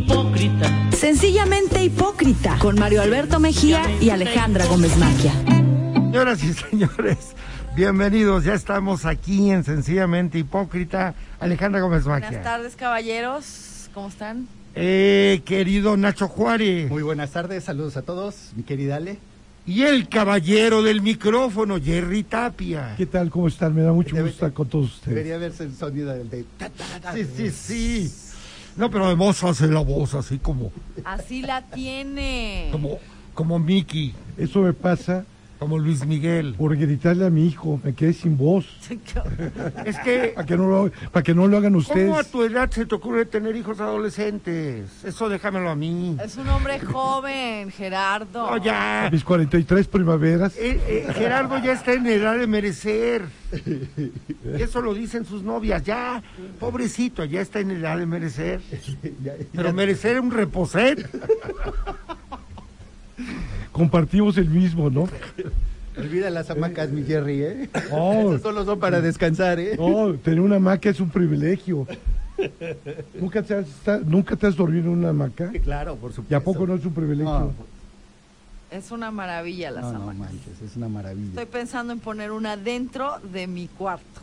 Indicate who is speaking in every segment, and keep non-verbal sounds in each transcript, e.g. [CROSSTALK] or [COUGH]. Speaker 1: hipócrita.
Speaker 2: Sencillamente hipócrita, con Mario Alberto Mejía y Alejandra Gómez Maquia.
Speaker 3: Señoras y señores, bienvenidos. Ya estamos aquí en Sencillamente Hipócrita. Alejandra Gómez
Speaker 4: Buenas
Speaker 3: Maquia.
Speaker 4: tardes, caballeros. ¿Cómo están?
Speaker 3: Eh, querido Nacho Juárez.
Speaker 5: Muy buenas tardes, saludos a todos, mi querida Ale.
Speaker 3: Y el caballero del micrófono, Jerry Tapia.
Speaker 6: ¿Qué tal? ¿Cómo están? Me da mucho
Speaker 5: Debe-
Speaker 6: gusto estar con todos ustedes.
Speaker 5: Debería verse el sonido del de... ta, ta, ta, ta.
Speaker 3: Sí, sí, sí. No, pero además hace la voz así como,
Speaker 4: Así la tiene.
Speaker 3: como, como Mickey,
Speaker 6: Eso me pasa
Speaker 3: como Luis Miguel.
Speaker 6: por gritarle a mi hijo. Me quedé sin voz.
Speaker 3: Es que,
Speaker 6: Para que no lo, para que no lo hagan
Speaker 3: ¿cómo a
Speaker 6: ustedes.
Speaker 3: tu edad se te ocurre tener hijos adolescentes? Eso déjamelo a mí.
Speaker 4: Es un hombre joven, Gerardo.
Speaker 3: No, ya.
Speaker 6: Mis 43 primaveras.
Speaker 3: Eh, eh, Gerardo ya está en edad de
Speaker 5: [LAUGHS]
Speaker 3: merecer. Eso lo dicen sus novias. Ya, pobrecito, ya está en edad de merecer.
Speaker 5: [LAUGHS] Ya-
Speaker 3: Pero
Speaker 5: ya-
Speaker 3: merecer un reposet.
Speaker 6: Compartimos el mismo, ¿no?
Speaker 5: Olvida las hamacas, mi Jerry, ¿eh?
Speaker 6: Oh.
Speaker 5: [LAUGHS] Esas solo son para descansar, ¿eh?
Speaker 6: No, tener una hamaca es un privilegio. ¿Nunca te has, esta- ¿nunca te has dormido en una hamaca?
Speaker 5: Claro, por supuesto.
Speaker 6: ¿Y a poco no es un privilegio?
Speaker 4: Es una maravilla la
Speaker 5: No, no,
Speaker 4: sábana.
Speaker 5: manches, es una maravilla.
Speaker 4: Estoy pensando en poner una dentro de mi cuarto.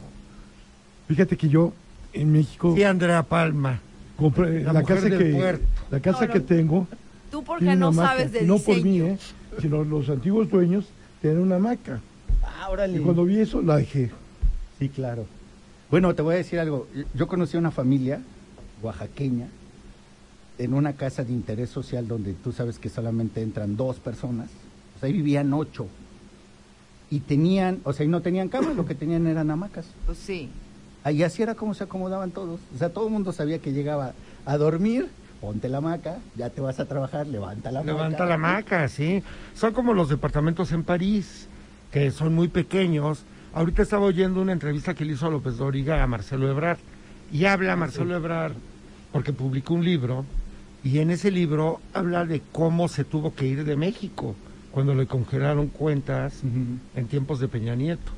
Speaker 6: Fíjate que yo en México
Speaker 3: Y Andrea Palma.
Speaker 6: compré
Speaker 3: la
Speaker 6: la,
Speaker 3: mujer
Speaker 6: casa
Speaker 3: del
Speaker 6: que
Speaker 3: puerto.
Speaker 6: la casa
Speaker 4: No,
Speaker 6: que
Speaker 4: no.
Speaker 6: tengo
Speaker 4: Tú porque
Speaker 6: tiene
Speaker 4: no
Speaker 6: una hamaca.
Speaker 4: sabes de
Speaker 6: no
Speaker 4: diseño.
Speaker 6: por mí, ¿eh? sino los antiguos dueños tenían una hamaca.
Speaker 5: Ah, órale.
Speaker 6: Y cuando vi eso, la dejé.
Speaker 5: Sí, claro. Bueno, te voy a decir algo. Yo conocí a una familia oaxaqueña en una casa de interés social donde tú sabes que solamente entran dos personas. O sea, ahí vivían ocho. Y tenían, o sea, y no tenían camas, lo que tenían eran hamacas.
Speaker 4: Pues sí.
Speaker 5: Ah, Y así era como se acomodaban todos. O sea, todo el mundo sabía que llegaba a dormir, ponte la hamaca, ya te vas a trabajar, levanta la hamaca.
Speaker 3: Levanta la maca, sí. Son como los departamentos en París, que son muy pequeños. Ahorita estaba oyendo una entrevista que le hizo López Doriga a Marcelo Ebrard. Y habla Marcelo Ebrard porque publicó un libro. Y en ese libro habla de cómo se tuvo que ir de México cuando le congelaron cuentas
Speaker 5: Ujú.
Speaker 3: en tiempos de Peña Nieto.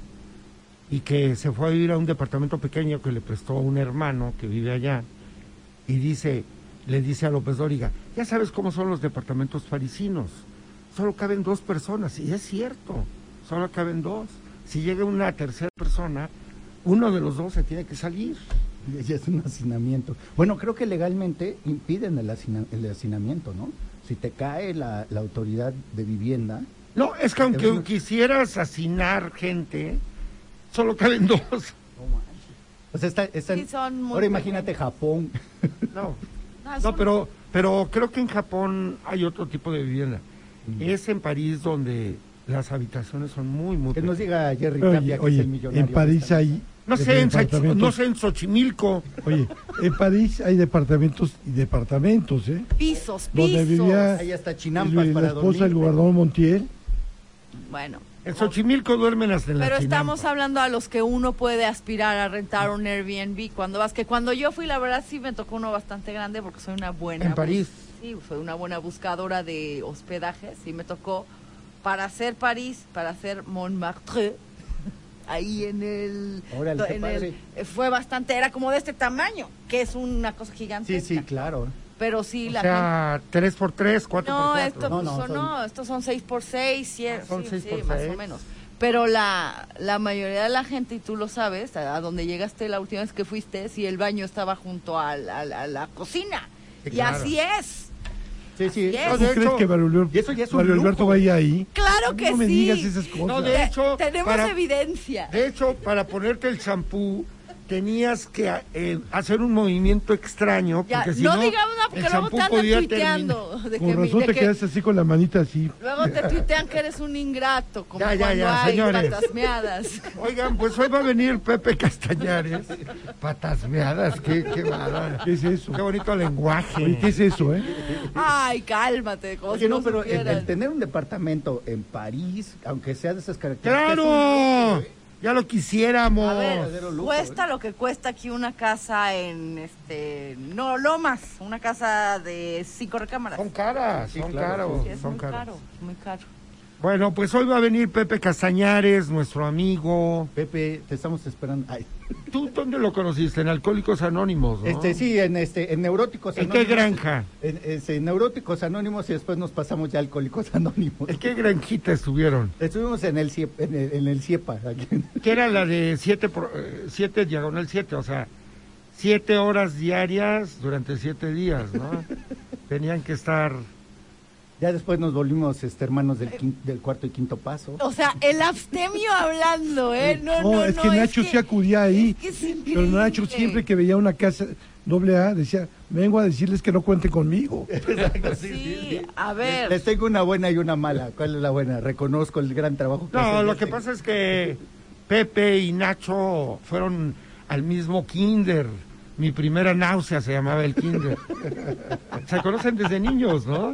Speaker 3: Y que se fue a vivir a un departamento pequeño que le prestó a un hermano que vive allá. Y dice, le dice a López Dóriga, ya sabes cómo son los departamentos parisinos. Solo caben dos personas. Y es cierto, solo caben dos. Si llega una tercera persona, uno de los dos se tiene que salir.
Speaker 5: Ya- ya es un hacinamiento. Bueno, creo que legalmente impiden el, hacina- el hacinamiento, ¿no? Si te cae la, la autoridad de vivienda,
Speaker 3: No, es que aunque quisieras asesinar gente, solo caben [LAUGHS] dos.
Speaker 5: o sea, está, están-
Speaker 4: Sí, son muy Ah,
Speaker 5: ahora imagínate Japón.
Speaker 3: No,
Speaker 4: No, es
Speaker 3: No,
Speaker 4: un-
Speaker 3: pero, pero creo que en Japón hay otro tipo de vivienda. Es en París donde las habitaciones son muy, muy
Speaker 5: Que nos
Speaker 3: pequeñas.
Speaker 5: diga Jerry
Speaker 6: Oye,
Speaker 5: Tapia, que
Speaker 6: oye,
Speaker 5: es el millonario.
Speaker 6: en París
Speaker 5: que está-
Speaker 6: hay.
Speaker 3: No
Speaker 6: eh,
Speaker 3: sé, en Xoch-
Speaker 6: departamentos-
Speaker 3: no sé, en Xochimilco.
Speaker 6: Oye, en París hay departamentos y departamentos, ¿eh?
Speaker 4: Pisos,
Speaker 6: Donde
Speaker 4: pisos.
Speaker 6: vivía-
Speaker 5: Ahí hasta
Speaker 6: El-
Speaker 5: chinampas para
Speaker 6: la esposa del
Speaker 5: dormir.
Speaker 6: gobernador Montiel.
Speaker 4: Bueno.
Speaker 3: En Xochimilco duermen hasta en la
Speaker 4: Pero
Speaker 3: chinampa.
Speaker 4: estamos hablando a los que uno puede aspirar a rentar un Airbnb cuando vas, que cuando yo fui, la verdad sí me tocó uno bastante grande porque soy una buena.
Speaker 3: En París.
Speaker 4: bus- Sí, soy una buena buscadora de hospedajes y me tocó para hacer París, para hacer Montmartre. [LAUGHS] Ahí en el,
Speaker 5: Órale, qué
Speaker 4: en
Speaker 5: padre.
Speaker 4: el- eh, fue bastante, era como de este tamaño, que es una cosa gigante.
Speaker 5: Sí, sí, claro.
Speaker 4: Pero sí, la
Speaker 3: O sea, tres por tres,
Speaker 4: gente-
Speaker 3: cuatro
Speaker 4: No,
Speaker 3: por
Speaker 4: esto,
Speaker 3: cuatro.
Speaker 5: No, no,
Speaker 4: son,
Speaker 5: son-
Speaker 4: no, estos son 6 por 6, 7,
Speaker 3: Ah, son
Speaker 4: sí,
Speaker 3: seis
Speaker 4: sí,
Speaker 3: por
Speaker 4: más
Speaker 3: seis.
Speaker 4: o menos. Pero la, la mayoría de la gente, y tú lo sabes, a, a donde llegaste la última vez que fuiste, si el baño estaba junto al- al- a, la cocina.
Speaker 3: Sí,
Speaker 4: y
Speaker 3: claro.
Speaker 4: así es.
Speaker 5: Sí, sí.
Speaker 4: Así es.
Speaker 3: No,
Speaker 6: ¿Tú
Speaker 3: de
Speaker 6: crees
Speaker 3: hecho-
Speaker 6: que Mario, Alber-
Speaker 5: y eso ya es un
Speaker 6: Mario Alberto
Speaker 5: lujo.
Speaker 6: vaya ahí?
Speaker 4: Claro que
Speaker 6: no me
Speaker 4: sí.
Speaker 6: digas esas cosas.
Speaker 3: No,
Speaker 4: Te-
Speaker 3: de hecho,
Speaker 4: tenemos
Speaker 3: para-
Speaker 4: evidencia.
Speaker 3: De hecho, para ponerte el champú tenías que eh, hacer un movimiento extraño
Speaker 4: Ya,
Speaker 3: porque si
Speaker 4: no,
Speaker 3: no
Speaker 4: digamos nada,
Speaker 3: el
Speaker 4: porque luego
Speaker 3: champú
Speaker 4: te andan
Speaker 3: podía
Speaker 4: tuiteando. de que
Speaker 6: Con
Speaker 4: mi-
Speaker 6: razón
Speaker 4: de
Speaker 6: te
Speaker 4: que-
Speaker 6: quedas así con la manita así.
Speaker 4: Luego te tuitean que eres un ingrato, como
Speaker 3: Ya, ya,
Speaker 4: cuando
Speaker 3: ya,
Speaker 4: hay
Speaker 3: señores. [LAUGHS]
Speaker 4: fantasmeadas.
Speaker 3: Oigan, pues hoy va a venir Pepe Castañares. Patasmeadas, qué, qué bárbaro.
Speaker 6: ¿Qué es eso?
Speaker 3: Qué bonito
Speaker 6: Oye, ¿qué
Speaker 3: lenguaje.
Speaker 6: es eso, eh?
Speaker 4: Ay, cálmate. como si
Speaker 5: Oye, no, pero el,
Speaker 4: supieras.
Speaker 5: el tener un departamento en París, aunque sea de esas características.
Speaker 3: ¡Claro! Ya lo
Speaker 4: A
Speaker 3: quisiéramos.
Speaker 4: ver,
Speaker 5: verdadero lujo,
Speaker 4: cuesta lo que cuesta aquí una casa en este no Lomas, una casa de cinco recámaras.
Speaker 3: Son caras,
Speaker 5: Sí,
Speaker 3: son
Speaker 5: claro,
Speaker 3: caros,
Speaker 4: Sí, es
Speaker 3: son
Speaker 4: muy
Speaker 3: caros.
Speaker 4: caro, muy caro.
Speaker 3: Bueno, pues hoy va a venir Pepe Castañares, nuestro amigo.
Speaker 5: Pepe, te estamos esperando. Ay.
Speaker 3: ¿Tú dónde lo conociste? En Alcohólicos Anónimos, ¿no?
Speaker 5: Este, sí, en, este, en Neuróticos
Speaker 3: ¿En qué granja?
Speaker 5: En, este, en Neuróticos Anónimos y después nos pasamos ya a Alcohólicos Anónimos.
Speaker 3: ¿En qué granjita estuvieron?
Speaker 5: Estuvimos en el, CIEP- en el, en el CIEPA. aquí en-
Speaker 3: Que era la de 7 siete diagonal 7, o sea, 7 horas diarias durante 7 días, ¿no? [LAUGHS] Tenían que estar...
Speaker 5: Ya después nos volvimos este, hermanos del, quin- del cuarto y quinto paso.
Speaker 4: O sea, el abstemio hablando, ¿eh? No, no, no.
Speaker 6: es que Nacho se acudía ahí.
Speaker 4: es que es
Speaker 6: pero
Speaker 4: increíble.
Speaker 6: Nacho siempre que veía una casa doble A decía, vengo a decirles que no cuenten conmigo. [LAUGHS]
Speaker 4: Sí, a
Speaker 5: Les,
Speaker 4: ver.
Speaker 5: les tengo una buena y una mala. ¿Cuál es la buena? Reconozco el gran trabajo que
Speaker 3: No,
Speaker 5: hacen.
Speaker 3: lo que pasa es que Pepe y Nacho fueron al mismo kinder. Mi primera náusea se llamaba el
Speaker 5: [LAUGHS]
Speaker 3: kinder. Se conocen desde niños, ¿no?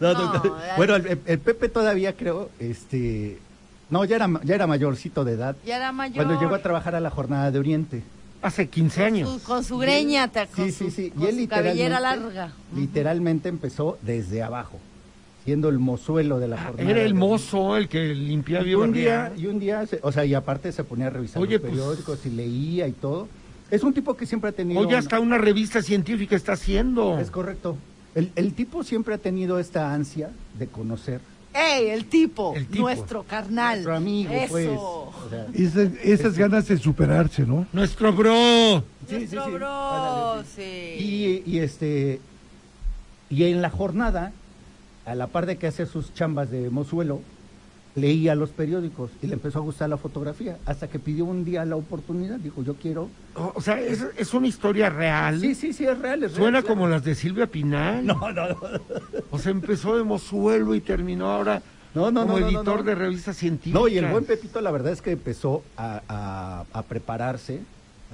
Speaker 5: No, no, no.
Speaker 4: No,
Speaker 5: Bueno, el, el Pepe todavía creo, este... No, ya era, ma- ya era mayorcito de edad.
Speaker 4: Ya era mayor.
Speaker 5: Cuando llegó a trabajar a la jornada de Oriente.
Speaker 3: Hace 15
Speaker 4: Su-
Speaker 3: años.
Speaker 4: con su greña, ta- con
Speaker 5: Sí, sí,
Speaker 4: su-
Speaker 5: sí.
Speaker 4: con su cabellera larga.
Speaker 5: Literalmente empezó desde abajo, siendo el mozuelo de la jornada.
Speaker 3: Ah, Era
Speaker 5: de-
Speaker 3: el mozo el que limpiaba
Speaker 5: Y un día, y un día, se- o sea, y aparte se ponía a revisar
Speaker 3: Oye,
Speaker 5: los
Speaker 3: pues-
Speaker 5: periódicos y leía y todo. Es un tipo que siempre ha tenido.
Speaker 3: Hoy
Speaker 5: una-
Speaker 3: hasta una revista científica está haciendo.
Speaker 5: Es correcto. El, el tipo siempre ha tenido esta ansia de conocer.
Speaker 4: ¡Ey, el tipo!
Speaker 3: El tipo.
Speaker 4: Nuestro carnal.
Speaker 5: Nuestro amigo,
Speaker 4: Eso.
Speaker 5: pues. O sea,
Speaker 6: Esas, esas ganas de superarse, ¿no?
Speaker 3: Nuestro bro.
Speaker 5: sí, sí, sí.
Speaker 4: Nuestro bro,
Speaker 5: Ándale, sí.
Speaker 4: sí.
Speaker 5: Y, y este y en la jornada, a la par de que hacía sus chambas de mozuelo, leía los periódicos y le empezó a gustar la fotografía, hasta que pidió un día la oportunidad, dijo yo quiero.
Speaker 3: O o sea, es, es una historia real.
Speaker 5: Sí, sí, sí, es real. es real,
Speaker 3: Suena
Speaker 5: claro.
Speaker 3: como las de Silvia Pinal.
Speaker 5: No, no, no.
Speaker 3: O sea, empezó de mozuelo y terminó ahora
Speaker 5: No, no,
Speaker 3: como
Speaker 5: no, no,
Speaker 3: editor
Speaker 5: no.
Speaker 3: de revistas científicas.
Speaker 5: No, y el buen Pepito la verdad es que empezó a, a- a prepararse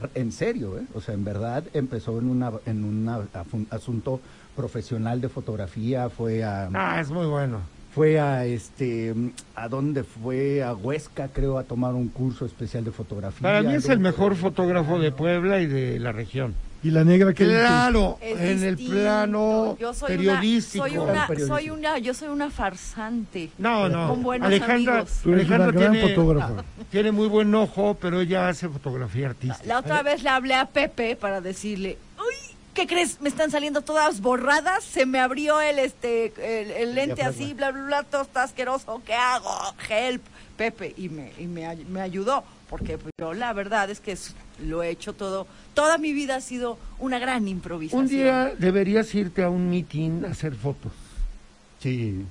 Speaker 5: r- en serio, ¿eh? o sea, en verdad empezó en un en una afun- asunto profesional de fotografía, fue a...
Speaker 3: Ah, es muy bueno.
Speaker 5: Fue a este, mm, a dónde fue, a Huesca, creo, a tomar un curso especial de fotografía.
Speaker 3: Para mí es
Speaker 5: Luego-
Speaker 3: el mejor fotógrafo de Puebla y de la región.
Speaker 6: Y la negra que...
Speaker 3: Claro,
Speaker 4: Es
Speaker 3: en el
Speaker 4: distinto.
Speaker 3: plano
Speaker 4: Yo soy una-
Speaker 3: periodístico.
Speaker 4: soy una,
Speaker 5: Periodístico.
Speaker 4: soy una, yo soy una farsante.
Speaker 3: No, no.
Speaker 4: Con buenos
Speaker 3: Alejandra,
Speaker 4: amigos.
Speaker 6: Tú eres una
Speaker 3: Alejandra
Speaker 6: gran
Speaker 3: tiene,
Speaker 6: fotógrafa.
Speaker 3: tiene muy buen ojo, pero ella hace fotografía artística.
Speaker 4: La otra vez le hablé a Pepe para decirle, uy, ¿qué crees? Me están saliendo todas borradas, se me abrió el este el, el lente
Speaker 5: diafragma.
Speaker 4: así, bla, bla, bla, todo está asqueroso, ¿qué hago? Help, Pepe, y me, y me, ay- me ayudó, porque pues, yo la verdad es que es- lo he hecho todo, toda mi vida ha sido una gran improvisación.
Speaker 3: Un día deberías irte a un meeting a hacer fotos.
Speaker 5: Sí.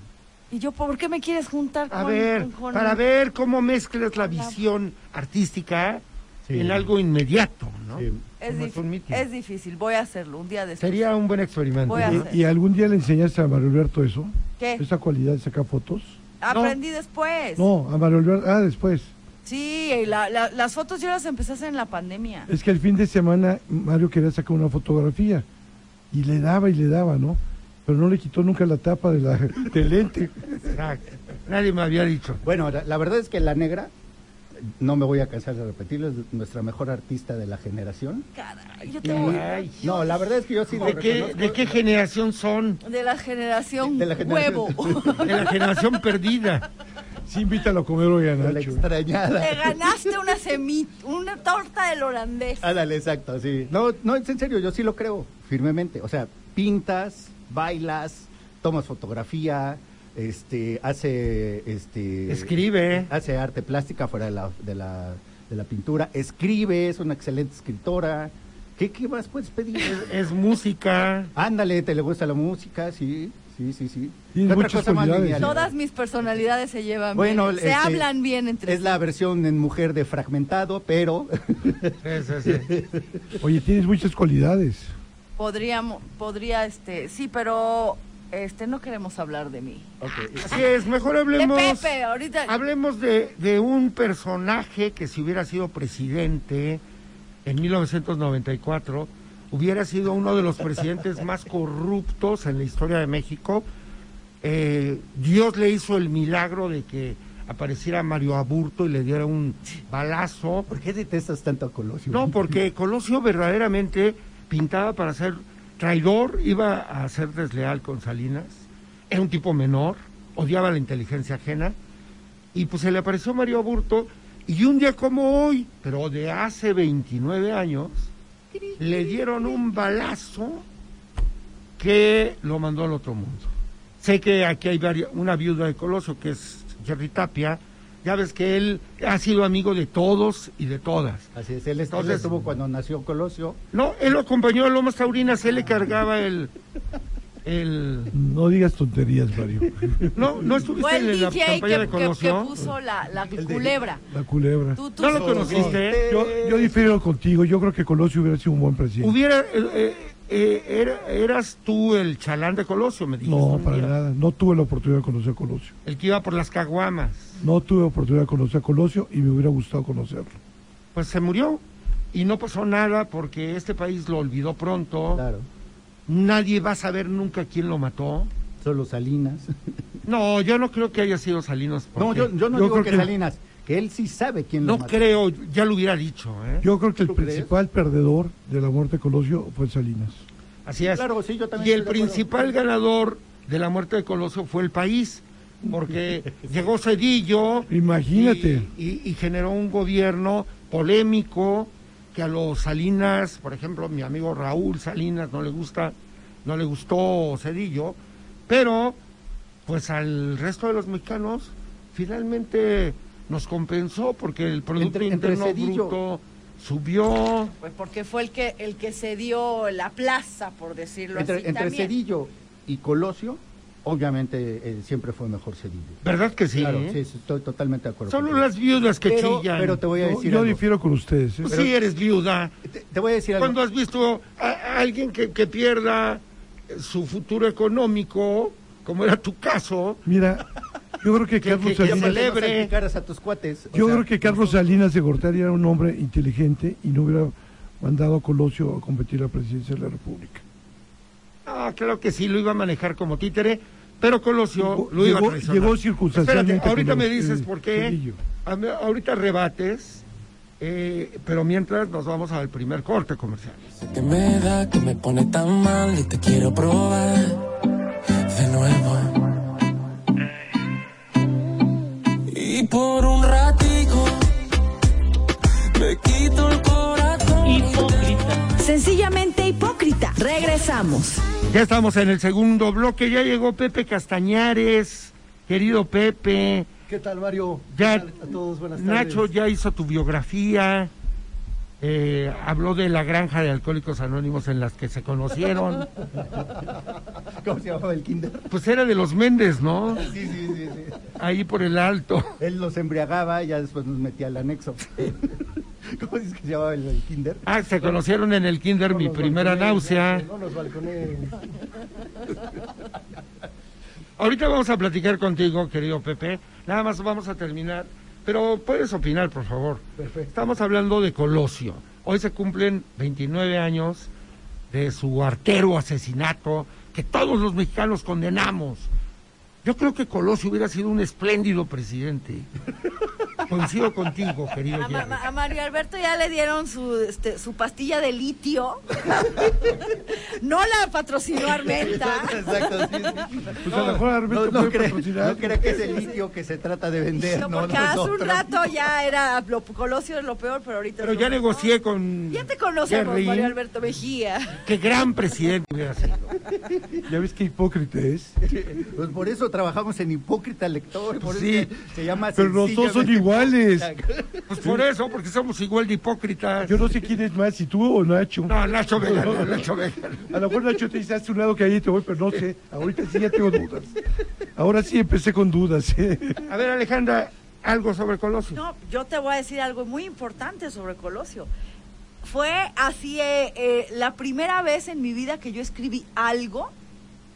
Speaker 4: Y yo, ¿por qué me quieres juntar
Speaker 3: A
Speaker 4: con-
Speaker 3: ver,
Speaker 4: con- con-
Speaker 3: para ver cómo mezclas la
Speaker 4: con la-
Speaker 3: visión artística
Speaker 5: Sí.
Speaker 3: en algo inmediato, ¿no?
Speaker 5: Sí.
Speaker 4: Es,
Speaker 3: Como
Speaker 4: dif-
Speaker 3: un meeting.
Speaker 4: es difícil, voy a hacerlo un día después.
Speaker 3: Sería un buen experimento.
Speaker 4: Voy a
Speaker 3: ¿no?
Speaker 4: hacer.
Speaker 6: ¿Y, y algún día le enseñaste a Mario Alberto eso?
Speaker 4: ¿Qué?
Speaker 6: ¿Esa cualidad de sacar fotos?
Speaker 4: Aprendí después.
Speaker 6: No, a Mario Alberto... Ah, después.
Speaker 4: Sí, y la- la- las fotos yo las empecé a hacer en la pandemia.
Speaker 6: Es que el fin de semana Mario quería sacar una fotografía y le daba y le daba, ¿no? Pero no le quitó nunca la tapa de la, [LAUGHS] del lente.
Speaker 3: Exacto. Nadie me había dicho.
Speaker 5: Bueno, la, la verdad es que la negra, no me voy a cansar de repetirlo, es nuestra mejor artista de la generación.
Speaker 4: Caray, yo
Speaker 5: Y-
Speaker 4: tengo
Speaker 3: Ay.
Speaker 5: no, la verdad es que yo sí lo
Speaker 3: ¿De qué,
Speaker 5: reconozco.
Speaker 3: de qué generación son?
Speaker 4: de la generación,
Speaker 5: De la generación.
Speaker 3: [LAUGHS]
Speaker 4: huevo.
Speaker 3: De la generación perdida.
Speaker 6: Sí, invítalo a comer hoy a
Speaker 5: La
Speaker 6: Nacho.
Speaker 5: extrañada.
Speaker 4: Te ganaste una semita, una torta del holandés.
Speaker 3: Ah,
Speaker 5: Ándale, exacto, sí. No, no, es en serio, yo sí lo creo, firmemente. O sea, pintas, bailas, tomas fotografía, este, hace, este...
Speaker 3: Escribe.
Speaker 5: Hace arte plástica fuera de la, de la, de la pintura, escribe, es una excelente escritora. ¿Qué, qué más
Speaker 3: [LAUGHS]
Speaker 5: puedes pedir?
Speaker 3: Es música.
Speaker 5: Ándale, te le gusta la música, sí, sí, sí, sí. ¿Qué
Speaker 6: Tienes
Speaker 5: otra
Speaker 6: muchas
Speaker 5: cosa más
Speaker 6: cualidades.
Speaker 5: lineal?
Speaker 4: Todas mis personalidades se llevan
Speaker 5: Bueno,
Speaker 4: bien. Se
Speaker 5: este,
Speaker 4: hablan bien entre
Speaker 5: Es la versión en mujer de fragmentado, pero [LAUGHS]
Speaker 3: Sí, sí, sí.
Speaker 6: Oye, tienes muchas cualidades.
Speaker 4: Podríamos, podría, este, sí, pero este no queremos hablar de mí.
Speaker 3: Así es, mejor
Speaker 4: De
Speaker 3: hablemos.
Speaker 4: Pepe, ahorita.
Speaker 3: Hablemos de, de un personaje que si hubiera sido presidente en 1994, hubiera sido uno de los presidentes más corruptos en la historia de México. Eh, Dios le hizo el milagro de que apareciera Mario Aburto y le diera un balazo.
Speaker 5: ¿por qué detestas tanto a Colosio?
Speaker 3: No, porque Colosio verdaderamente pintaba para ser traidor, iba a ser desleal con Salinas, era un tipo menor, odiaba la inteligencia ajena, Y pues se le apareció Mario Aburto y un día como hoy, pero de hace 29 años, le dieron un balazo que lo mandó al otro mundo. Sé que aquí hay varia- una viuda de Coloso que es Jerry Tapia. Ya ves que él ha sido amigo de todos y de todas.
Speaker 5: Así es, él, est- él
Speaker 3: Entonces-
Speaker 5: estuvo cuando nació Colosio.
Speaker 3: No, él lo acompañó a Lomas Taurinas, él le cargaba el... el
Speaker 6: No digas tonterías, Mario.
Speaker 3: no, no
Speaker 4: Fue
Speaker 3: estuviste
Speaker 4: el
Speaker 3: en la
Speaker 4: DJ que,
Speaker 3: campaña de
Speaker 4: que- que
Speaker 3: Colosio.
Speaker 4: puso la, la culebra.
Speaker 6: La culebra.
Speaker 4: Tú- tú
Speaker 3: No lo
Speaker 4: solo.
Speaker 3: conociste.
Speaker 6: Yo, yo difiero contigo. Yo creo que Colosio hubiera sido un buen presidente.
Speaker 3: Hubiera, eh, eh, eh, era- eras tú el chalán de Colosio, me dijiste.
Speaker 6: No,
Speaker 3: un
Speaker 6: para
Speaker 3: día.
Speaker 6: nada. No tuve la oportunidad de conocer a Colosio.
Speaker 3: El que iba por las caguamas.
Speaker 6: No tuve oportunidad de conocer a Colosio y me hubiera gustado conocerlo.
Speaker 3: Pues se murió y no pasó nada porque este país lo olvidó pronto.
Speaker 5: Claro.
Speaker 3: Nadie va a saber nunca quién lo mató.
Speaker 5: Solo Salinas.
Speaker 3: No, yo no creo que haya sido Salinas.
Speaker 5: No,
Speaker 3: porque-
Speaker 5: yo, yo no
Speaker 6: Yo creo
Speaker 5: digo que,
Speaker 6: que-
Speaker 5: Salinas, que él sí sabe quién
Speaker 3: no
Speaker 5: lo mató.
Speaker 3: creo, ya lo hubiera dicho. ¿eh?
Speaker 6: Yo creo que el
Speaker 5: ¿Tú crees?
Speaker 6: principal perdedor de la muerte de Colosio fue Salinas.
Speaker 3: Así es.
Speaker 5: Claro, sí, yo también
Speaker 3: y
Speaker 5: estoy
Speaker 3: el
Speaker 5: de acuerdo.
Speaker 3: principal ganador de la muerte de Colosio fue el país,
Speaker 5: [LAUGHS]
Speaker 3: porque llegó Cedillo.
Speaker 6: Imagínate.
Speaker 3: Y, y- y generó un gobierno polémico que a los Salinas, por ejemplo, mi amigo Raúl Salinas no le gusta, no le gustó Cedillo, pero pues al resto de los mexicanos finalmente nos compensó porque el producto
Speaker 5: Entre- entre
Speaker 3: interno
Speaker 5: Cedillo.
Speaker 3: bruto subió.
Speaker 4: Pues porque fue el que el que se dio la plaza, por decirlo así.
Speaker 5: Entre, entre
Speaker 4: también.
Speaker 5: Cedillo y Colosio, obviamente eh, siempre fue mejor Cedillo.
Speaker 3: ¿Verdad que sí? eh?
Speaker 5: Claro, sí, sí, estoy totalmente de acuerdo.
Speaker 3: Solo
Speaker 5: contigo.
Speaker 3: las viudas que
Speaker 5: pero,
Speaker 3: chillan.
Speaker 5: pero te voy a
Speaker 6: Yo,
Speaker 5: decir
Speaker 6: yo
Speaker 5: algo.
Speaker 6: difiero con ustedes. ¿eh?
Speaker 3: Pues sí eres viuda.
Speaker 5: Te, te voy a decir algo.
Speaker 3: Cuando has visto a, a alguien que, que pierda eh, su futuro económico, como era tu caso,
Speaker 6: Mira, yo creo que
Speaker 3: Que-
Speaker 6: Carlos
Speaker 3: que- que
Speaker 6: Salinas...
Speaker 3: celebre.
Speaker 5: No salpicaras a tus cuates. o
Speaker 6: Yo
Speaker 5: sea,
Speaker 6: creo que Carlos Salinas de Gortari era un hombre inteligente y no hubiera mandado a Colosio a competir a la presidencia de la República.
Speaker 3: ah, claro que sí, lo iba a manejar como títere, pero Colosio
Speaker 6: Llegó-
Speaker 3: lo iba a
Speaker 6: llegó-
Speaker 3: traicionar.
Speaker 6: llegó circunstancialmente
Speaker 3: Espérate, ahorita
Speaker 6: con
Speaker 3: me
Speaker 6: los-
Speaker 3: dices
Speaker 6: eh,
Speaker 3: por qué,
Speaker 6: Cedillo.
Speaker 3: A mí- ahorita rebates, eh, pero mientras nos vamos al primer corte comercial.
Speaker 1: que me da, que me pone tan mal y te quiero probar de nuevo. Y por un ratico me quito el corazón.
Speaker 2: Sencillamente hipócrita. Regresamos.
Speaker 3: Ya estamos en el segundo bloque, ya llegó Pepe Castañares, querido Pepe.
Speaker 7: ¿Qué tal, Mario?
Speaker 3: Ya,
Speaker 7: ¿Qué tal a todos, buenas tardes.
Speaker 3: Nacho ya hizo tu biografía, eh, habló de la granja de alcohólicos anónimos en las que se conocieron.
Speaker 7: [LAUGHS]
Speaker 5: [LAUGHS] ¿Cómo se llamaba el kinder?
Speaker 3: Pues era de los Méndez, ¿no?
Speaker 5: Sí, sí, sí, sí.
Speaker 3: Ahí por el alto.
Speaker 5: Él los embriagaba y ya después nos metía al anexo. [LAUGHS] ¿Cómo es que se llamaba el, el
Speaker 4: [LAUGHS]
Speaker 5: kinder?
Speaker 3: Ah, se conocieron en el kinder mi
Speaker 7: Los
Speaker 3: primera
Speaker 7: balconees,
Speaker 3: náusea.
Speaker 7: No los balconees.
Speaker 3: Ahorita vamos a platicar contigo, querido Pepe. Nada más vamos a terminar. Pero puedes opinar, por favor.
Speaker 7: Perfecto.
Speaker 3: Estamos hablando de Colosio. Hoy se cumplen 29 años de su artero asesinato que todos los mexicanos condenamos. Yo creo que Colosio hubiera sido un espléndido presidente. Coincido contigo, querido
Speaker 4: A, Ma-
Speaker 3: Jerry.
Speaker 4: Ma- a Mario Alberto ya le dieron su, este, su pastilla de litio. [LAUGHS] no la patrocinó Armenta.
Speaker 5: Exacto, sí, sí.
Speaker 6: Pues a lo mejor Armenta
Speaker 5: no, no
Speaker 6: puede
Speaker 5: crea,
Speaker 6: patrocinar.
Speaker 5: no crea que es el litio que se trata de vender.
Speaker 4: No,
Speaker 5: no,
Speaker 4: porque
Speaker 5: no,
Speaker 4: hace un
Speaker 5: nosotros.
Speaker 4: rato ya era lo, Colosio es lo peor, pero ahorita.
Speaker 3: Pero
Speaker 4: es lo
Speaker 3: ya
Speaker 4: mejor.
Speaker 3: negocié con.
Speaker 4: Ya te conocemos,
Speaker 3: Jerry.
Speaker 4: Mario Alberto Mejía.
Speaker 3: Qué gran presidente hubiera sido.
Speaker 6: Ya ves qué hipócrita es.
Speaker 5: Pues por eso trabajamos en Hipócrita Lector. Por
Speaker 3: Sí.
Speaker 5: eso se llama
Speaker 6: Pero los dos son
Speaker 5: sencillamente-
Speaker 6: iguales.
Speaker 3: Pues por eso, porque somos igual de hipócritas.
Speaker 6: Yo no sé quién es más, si tú o Nacho.
Speaker 3: No, Nacho Vegano, Nacho Vegano.
Speaker 6: A lo mejor Nacho te dice, hace un lado que ahí te voy, pero no sé. Ahorita sí ya tengo dudas. Ahora sí empecé con dudas. ¿eh?
Speaker 3: A ver, Alejandra, algo sobre Colosio.
Speaker 4: No, yo te voy a decir algo muy importante sobre Colosio. Fue así, eh, eh, la primera vez en mi vida que yo escribí algo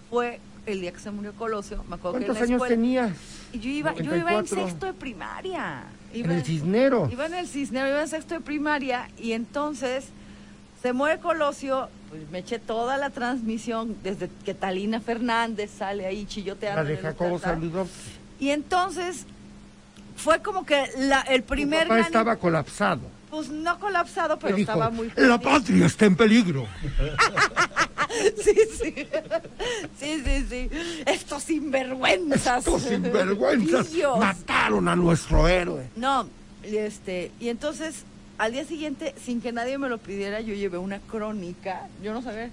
Speaker 4: fue el día que se murió Colosio. Me acuerdo que en
Speaker 3: ¿Cuántos
Speaker 4: la
Speaker 3: años
Speaker 4: escuela-
Speaker 3: tenías?
Speaker 4: Y Yo iba, yo iba en
Speaker 3: 94.
Speaker 4: sexto de primaria. Iba
Speaker 3: En el Cisnero.
Speaker 4: Iba en el Cisnero, iba en sexto de primaria y entonces se muere Colosio, pues me eché toda la transmisión desde que Talina Fernández sale ahí chilloteando.
Speaker 3: La de
Speaker 4: en el
Speaker 3: Jacobo
Speaker 4: altar.
Speaker 3: Saludov.
Speaker 4: Y entonces fue como que la- el
Speaker 3: Tu
Speaker 4: primer
Speaker 3: papá
Speaker 4: gran-
Speaker 3: estaba colapsado.
Speaker 4: pues no colapsado, pero
Speaker 3: Él dijo,
Speaker 4: estaba muy
Speaker 3: La
Speaker 4: perdido". [LAUGHS]
Speaker 3: patria está en peligro.
Speaker 4: sí, sí. sí, sí, sí. Es estos sinvergüenzas.
Speaker 3: Estos
Speaker 4: [LAUGHS]
Speaker 3: sinvergüenzas
Speaker 4: pillos.
Speaker 3: mataron a nuestro héroe.
Speaker 4: No, y este, y entonces al día siguiente, sin que nadie me lo pidiera, yo llevé una crónica, yo no sabía,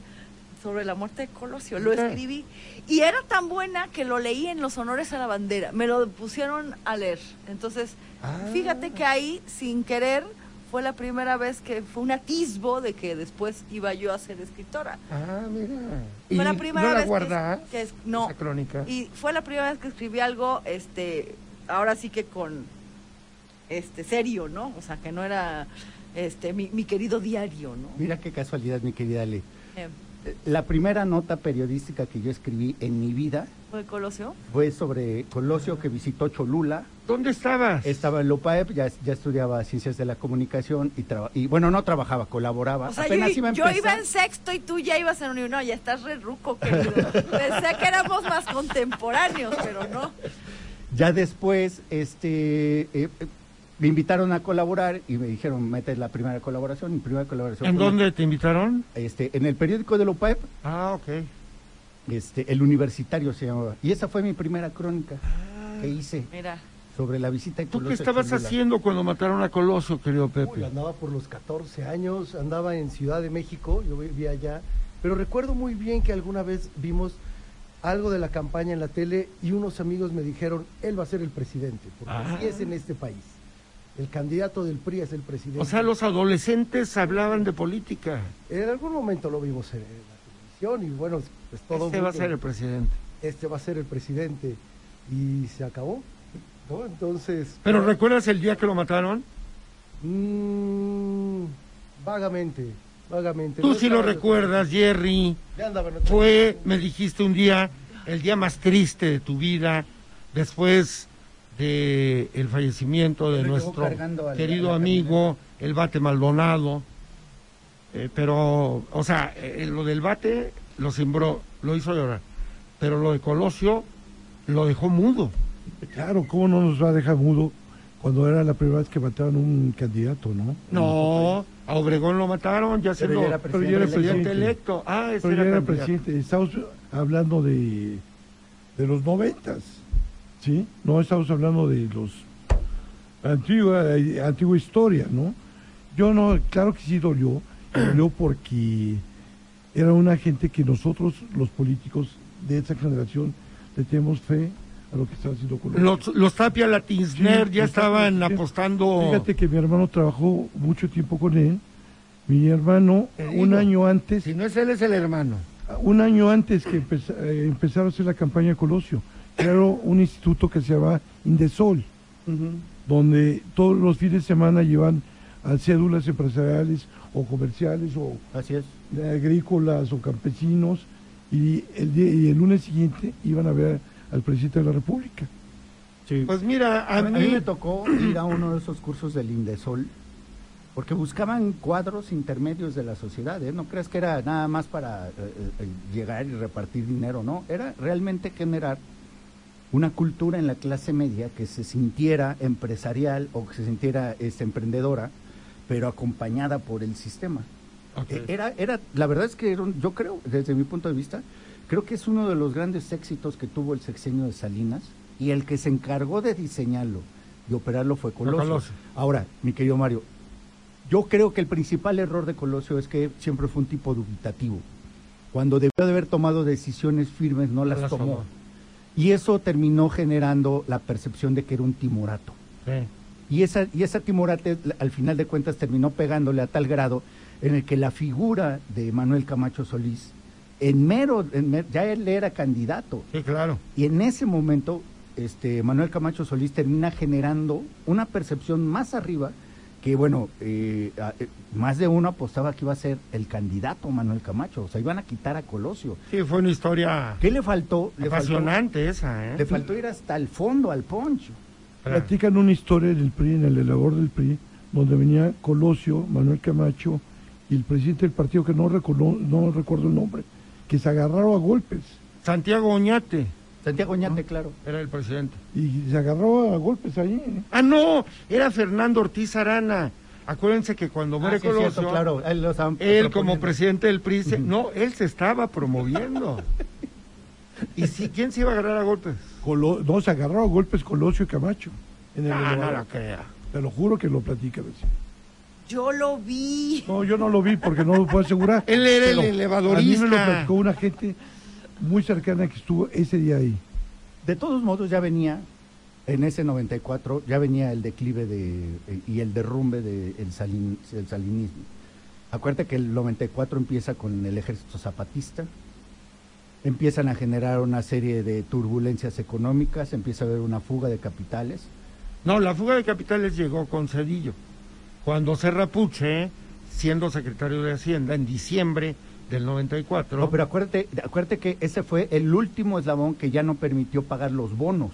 Speaker 4: sobre la muerte de Colosio, lo
Speaker 3: Ujú.
Speaker 4: escribí y era tan buena que lo leí en los honores a la bandera, me lo pusieron a leer. Entonces,
Speaker 3: Ah.
Speaker 4: fíjate que ahí, sin querer, fue la primera vez que fue un atisbo de que después iba yo a ser escritora.
Speaker 3: Ah, mira. ¿Y
Speaker 4: Fue la primera
Speaker 3: no la
Speaker 4: vez que es-
Speaker 3: guardas?
Speaker 4: que es- no.
Speaker 3: Esa crónica.
Speaker 4: Y fue la primera vez que escribí algo, este, ahora sí que con, este, serio, ¿no? O sea, que no era, este, mi, mi querido diario, ¿no?
Speaker 5: Mira qué casualidad, mi querida Ale.
Speaker 4: Eh,
Speaker 5: Eh, La primera nota periodística que yo escribí en mi vida
Speaker 4: ¿Fue Colosio?
Speaker 5: fue sobre Colosio que visitó Cholula.
Speaker 3: ¿Dónde estabas?
Speaker 5: Estaba en Lopaep, ya, ya estudiaba ciencias de la comunicación y, traba- y bueno, no trabajaba, colaboraba.
Speaker 4: O sea, yo,
Speaker 5: Apenas iba a
Speaker 4: yo
Speaker 5: empezar.
Speaker 4: iba en sexto y tú ya ibas en un... No, ya estás re ruco, querido. Pensé que éramos más contemporáneos, pero no.
Speaker 5: Ya después, este, eh, eh, me invitaron a colaborar y me dijeron, mete la primera colaboración, mi primera colaboración.
Speaker 3: ¿En
Speaker 5: fue-
Speaker 3: dónde te invitaron?
Speaker 5: Este, en el periódico de Lopaep,
Speaker 3: Ah, ok.
Speaker 5: este, El Universitario se llamaba. Y esa fue mi primera crónica que hice
Speaker 4: Mira,
Speaker 5: sobre la visita de
Speaker 3: Ah. ¿Tú qué
Speaker 5: Colosio
Speaker 3: estabas
Speaker 5: Cholula.
Speaker 3: haciendo cuando mataron a Colosio, querido
Speaker 7: Uy,
Speaker 3: Pepe?
Speaker 7: andaba por los 14 años, andaba en Ciudad de México, yo vivía allá, pero recuerdo muy bien que alguna vez vimos algo de la campaña en la tele y unos amigos me dijeron, él va a ser el presidente, porque
Speaker 3: Ah.
Speaker 7: así es en este país. El candidato del PRI es el presidente.
Speaker 3: O sea, los adolescentes hablaban de política.
Speaker 7: En algún momento lo vimos en la televisión y bueno, pues todo...
Speaker 3: Este va a
Speaker 7: mundo-
Speaker 3: ser el presidente.
Speaker 7: este va a ser el presidente y se acabó. ¿no? Entonces...
Speaker 3: ¿Pero recuerdas el día que lo mataron?
Speaker 7: Mm, vagamente, vagamente.
Speaker 3: Tú
Speaker 7: No
Speaker 3: sí lo
Speaker 7: estaba-
Speaker 3: recuerdas, Jerry.
Speaker 7: Ya andaba en otra-
Speaker 3: Fue, me dijiste un día, el día más triste de tu vida, después de el fallecimiento de
Speaker 5: Lo llevó
Speaker 3: nuestro
Speaker 5: cargando al-
Speaker 3: querido
Speaker 5: a la
Speaker 3: amigo, el Bate Maldonado. Eh, pero, o sea, eh, lo del Bate lo sembró, lo hizo llorar. Pero lo de Colosio lo dejó mudo.
Speaker 6: Claro, ¿cómo no nos va a dejar mudo cuando era la primera vez que mataron un candidato, no?
Speaker 3: No, a Obregón lo mataron, ya se
Speaker 5: Pero
Speaker 3: lo...
Speaker 5: ya era
Speaker 6: Pero ya era
Speaker 5: presidente
Speaker 3: presidente
Speaker 6: presidente.
Speaker 3: electo. Ah, ese
Speaker 6: Pero ya
Speaker 3: era
Speaker 6: era
Speaker 3: candidato.
Speaker 6: presidente. Estamos hablando de, de los noventas, ¿sí? No estamos hablando de los antigua, eh, antigua historia, ¿no? Yo no, claro que sí dolió, dolió porque era una gente que nosotros, los políticos de esa generación, le tenemos fe a lo que está haciendo Colombia.
Speaker 3: Los, los Tapia Latinsner
Speaker 6: Sí,
Speaker 3: ya
Speaker 6: exacto,
Speaker 3: estaban
Speaker 6: sí.
Speaker 3: apostando.
Speaker 6: Fíjate que mi hermano trabajó mucho tiempo con él. Mi hermano,
Speaker 3: Te
Speaker 6: un
Speaker 3: digo.
Speaker 6: año antes,
Speaker 3: Si no es él, es el hermano.
Speaker 6: un año antes que empeza- eh, empezara a hacer la campaña de Colosio, creó un instituto que se llama Indesol, donde todos los fines de semana llevan a cédulas empresariales o comerciales o
Speaker 5: Así es.
Speaker 6: de agrícolas o campesinos y el, día- y el lunes siguiente iban a ver al presidente de la República.
Speaker 5: Sí.
Speaker 3: Pues mira, a mí,
Speaker 5: me tocó ir a uno de esos cursos del Indesol, porque buscaban cuadros intermedios de la sociedad, ¿eh? No creas que era nada más para eh, eh, llegar y repartir dinero, no. Era realmente generar una cultura en la clase media que se sintiera empresarial o que se sintiera este, emprendedora, pero acompañada por el sistema. Eh, Era, era, la verdad es que era un- yo creo, desde mi punto de vista, creo que es uno de los grandes éxitos que tuvo el sexenio de Salinas y el que se encargó de diseñarlo y operarlo fue Colosio.
Speaker 3: Colosio.
Speaker 5: Ahora, mi querido Mario, yo creo que el principal error de Colosio es que siempre fue un tipo dubitativo. Cuando debió de haber tomado decisiones firmes, no las,
Speaker 3: las
Speaker 5: tomó.
Speaker 3: tomó.
Speaker 5: Y eso terminó generando la percepción de que era un timorato.
Speaker 3: Sí.
Speaker 5: Y esa, y esa timorate la- al final de cuentas terminó pegándole a tal grado en el que la figura de Manuel Camacho Solís, en mero, en mer- ya él era candidato,
Speaker 3: Sí, claro.
Speaker 5: y en ese momento este Manuel Camacho Solís termina generando una percepción más arriba que bueno, eh, a- eh, más de uno apostaba que iba a ser el candidato Manuel Camacho, o sea, iban a quitar a Colosio.
Speaker 3: Sí, fue una historia
Speaker 5: ¿Qué le faltó? Le faltó,
Speaker 3: apasionante esa, ¿eh?
Speaker 5: le faltó ir hasta el fondo, al poncho.
Speaker 3: Espera.
Speaker 6: Platican una historia del PRI, en el elabor del PRI, donde venía Colosio, Manuel Camacho y el presidente del partido, que no, recono- no recuerdo el nombre, que se agarraron a golpes.
Speaker 3: Santiago Oñate
Speaker 5: Santiago Oñate, claro.
Speaker 3: era el presidente.
Speaker 6: Y se agarraron a golpes ahí. ¿eh?
Speaker 3: Ah, no, era Fernando Ortiz Arana. Acuérdense que cuando muere
Speaker 5: Ah, sí, es
Speaker 3: Colosio,
Speaker 5: cierto, claro, él lo estaba
Speaker 3: él como
Speaker 5: proponiendo.
Speaker 3: presidente del PRI, se- no, él se estaba promoviendo. ¿Y si, quién se iba a agarrar a golpes?
Speaker 6: Colo- no, se agarró a golpes Colosio y Camacho. En el
Speaker 3: Ah, no
Speaker 6: elevador.
Speaker 3: lo crea.
Speaker 6: Te lo juro que lo platica. Bessie.
Speaker 4: Yo lo vi.
Speaker 6: No, yo no lo vi porque no lo puedo asegurar.
Speaker 3: [LAUGHS] Él era
Speaker 6: Pero
Speaker 3: el elevadorista.
Speaker 6: A mí me lo platicó una gente muy cercana que estuvo ese día ahí.
Speaker 5: De todos modos, ya venía, en ese 94, ya venía el declive de, eh, y el derrumbe del de el salin- el salinismo. Acuérdate que el 94 empieza con el ejército zapatista, empiezan a generar una serie de turbulencias económicas, empieza a haber una fuga de capitales.
Speaker 3: No, la fuga de capitales llegó con Cedillo. Cuando Serrapuche, siendo secretario de Hacienda en diciembre del 94,
Speaker 5: No, pero acuérdate, acuérdate que ese fue el último eslabón que ya no permitió pagar los bonos.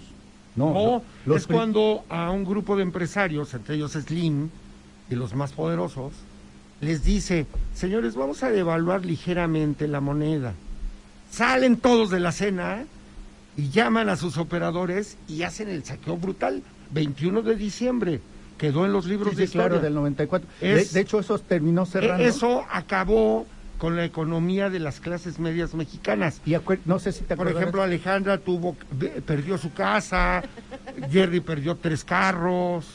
Speaker 5: No,
Speaker 3: no,
Speaker 5: lo- los
Speaker 3: es
Speaker 5: pri-
Speaker 3: cuando a un grupo de empresarios, entre ellos Slim y los más poderosos, les dice, señores, vamos a devaluar ligeramente la moneda. Salen todos de la cena y llaman a sus operadores y hacen el saqueo brutal. 21 de diciembre quedó en los libros
Speaker 5: Sí,
Speaker 3: de
Speaker 5: sí, claro,
Speaker 3: historia.
Speaker 5: del 94.
Speaker 3: Es-
Speaker 5: de, de hecho, eso terminó cerrando.
Speaker 3: E- Eso acabó con la economía de las clases medias mexicanas.
Speaker 5: Y acuer- no sé si te
Speaker 3: Por
Speaker 5: acuerdas.
Speaker 3: ejemplo, Alejandra tuvo, ve- perdió su casa, Jerry perdió tres carros,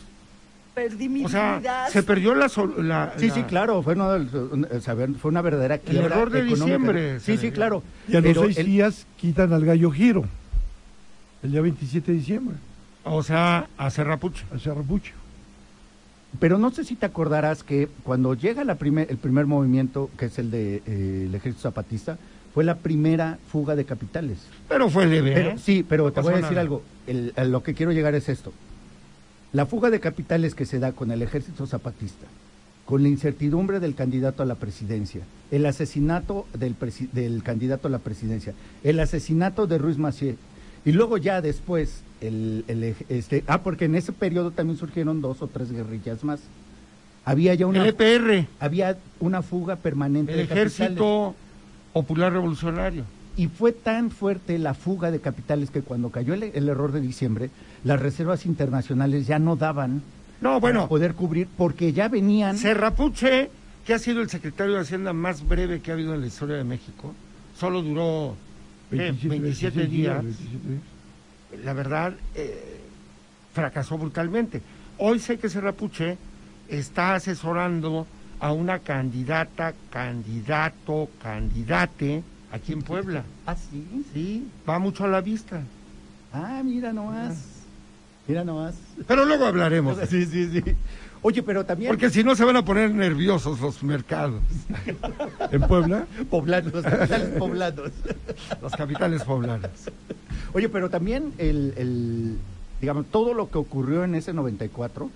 Speaker 4: Perdí mi
Speaker 3: o sea,
Speaker 4: dignidad.
Speaker 3: se perdió la... sol- la-
Speaker 5: Sí,
Speaker 3: la-
Speaker 5: sí, claro, fue, uno de los- un- o sea, ver- fue una verdadera quiebra
Speaker 3: error de
Speaker 5: económica.
Speaker 3: diciembre,
Speaker 5: Sí, sí,
Speaker 3: Sergio.
Speaker 5: claro.
Speaker 6: Y a los
Speaker 5: Pero
Speaker 6: seis
Speaker 5: el-
Speaker 6: días quitan al gallo giro. El día 27 de diciembre,
Speaker 3: O sea, a Serrapuche.
Speaker 6: a Serrapucho.
Speaker 5: Pero no sé si te acordarás que cuando llega la primer- el primer movimiento, que es el del de, eh, el ejército zapatista, fue la primera fuga de capitales.
Speaker 3: Pero fue leve,
Speaker 5: Pero,
Speaker 3: ¿eh?
Speaker 5: sí, pero te
Speaker 3: pasó
Speaker 5: voy a decir
Speaker 3: nada.
Speaker 5: algo. El- a lo que quiero llegar es esto. La fuga de capitales que se da con el ejército zapatista, con la incertidumbre del candidato a la presidencia, el asesinato del, presi- del candidato a la presidencia, el asesinato de Ruiz Macié, y luego ya después, el, el ej- este, ah, porque en ese periodo también surgieron dos o tres guerrillas más. Había ya
Speaker 3: El
Speaker 5: una,
Speaker 3: EPR,
Speaker 5: había una fuga permanente
Speaker 3: el
Speaker 5: de capitales.
Speaker 3: Ejército Popular Revolucionario.
Speaker 5: Y fue tan fuerte la fuga de capitales que cuando cayó el, el error de diciembre, las reservas internacionales ya no daban
Speaker 3: No,
Speaker 5: para
Speaker 3: bueno,
Speaker 5: poder cubrir porque ya venían.
Speaker 3: Serrapuche, que ha sido el secretario de Hacienda más breve que ha habido en la historia de México, solo duró ¿qué? 27,
Speaker 6: 26
Speaker 3: días.
Speaker 6: 27 días.
Speaker 3: la verdad, eh, fracasó brutalmente. Hoy sé que Serrapuche está asesorando a una candidata, candidato, candidate aquí en Puebla.
Speaker 5: Ah, sí.
Speaker 3: Sí, va mucho a la vista.
Speaker 5: Ah, mira nomás. Mira nomás.
Speaker 3: Pero luego hablaremos. de eso,
Speaker 5: Sí, sí, sí. Oye, pero también.
Speaker 3: Porque si no se van a poner nerviosos los mercados,
Speaker 6: En Puebla,
Speaker 3: [LAUGHS]
Speaker 5: poblanos, los capitales poblanos.
Speaker 3: los capitales poblanos.
Speaker 5: Oye, pero también el, el, digamos, todo lo que ocurrió en ese 94,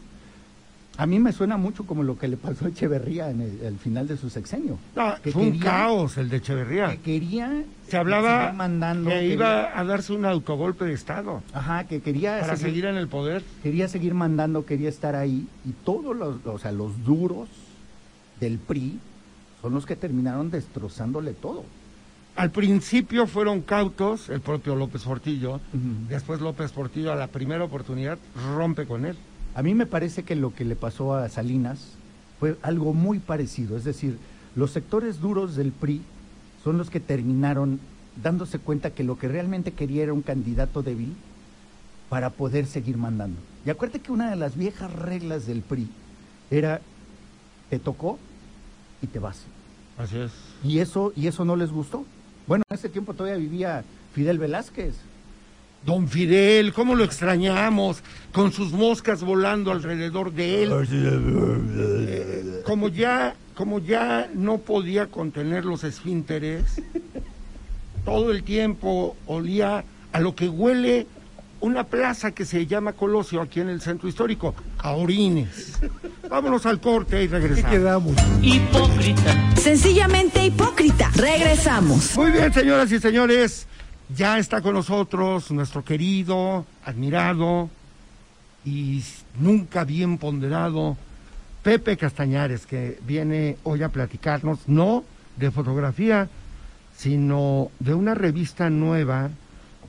Speaker 5: a mí me suena mucho como lo que le pasó a Echeverría en el, al final de su sexenio.
Speaker 3: No,
Speaker 5: Que
Speaker 3: fue un
Speaker 5: querían-
Speaker 3: caos el de Echeverría.
Speaker 5: que quería
Speaker 3: Ah. Se hablaba
Speaker 5: seguir mandando
Speaker 3: que
Speaker 5: quería-
Speaker 3: iba a darse un autogolpe de Estado
Speaker 5: ajá que quería
Speaker 3: para
Speaker 5: seguir,
Speaker 3: seguir en el poder.
Speaker 5: quería seguir mandando quería estar ahí y todos los o sea los duros del PRI son los que terminaron destrozándole todo
Speaker 3: Al principio fueron cautos, el propio López Portillo. Después López Portillo, a la primera oportunidad, rompe con él.
Speaker 5: a mí me parece que lo que le pasó a Salinas fue algo muy parecido es decir los sectores duros del PRI son los que terminaron dándose cuenta que lo que realmente quería era un candidato débil para poder seguir mandando. Y acuérdate que una de las viejas reglas del PRI era te tocó y te vas.
Speaker 3: Así es.
Speaker 5: Y eso y eso no les gustó. Bueno, en ese tiempo todavía vivía Fidel Velázquez.
Speaker 3: Don Fidel, ¿cómo lo extrañamos? Con sus moscas volando alrededor de él. Eh, Como ya, como ya no podía contener los esfínteres, todo el tiempo olía a lo que huele una plaza que se llama Colosio aquí en el centro histórico, a orines. Vámonos al corte y
Speaker 6: ¿qué
Speaker 3: regresamos.
Speaker 6: quedamos?
Speaker 2: Sencillamente hipócrita. Regresamos.
Speaker 3: Muy bien, señoras y señores, ya está con nosotros nuestro querido, admirado y s- nunca bien ponderado Pepe Castañares, que viene hoy a platicarnos, no de fotografía, sino de una revista nueva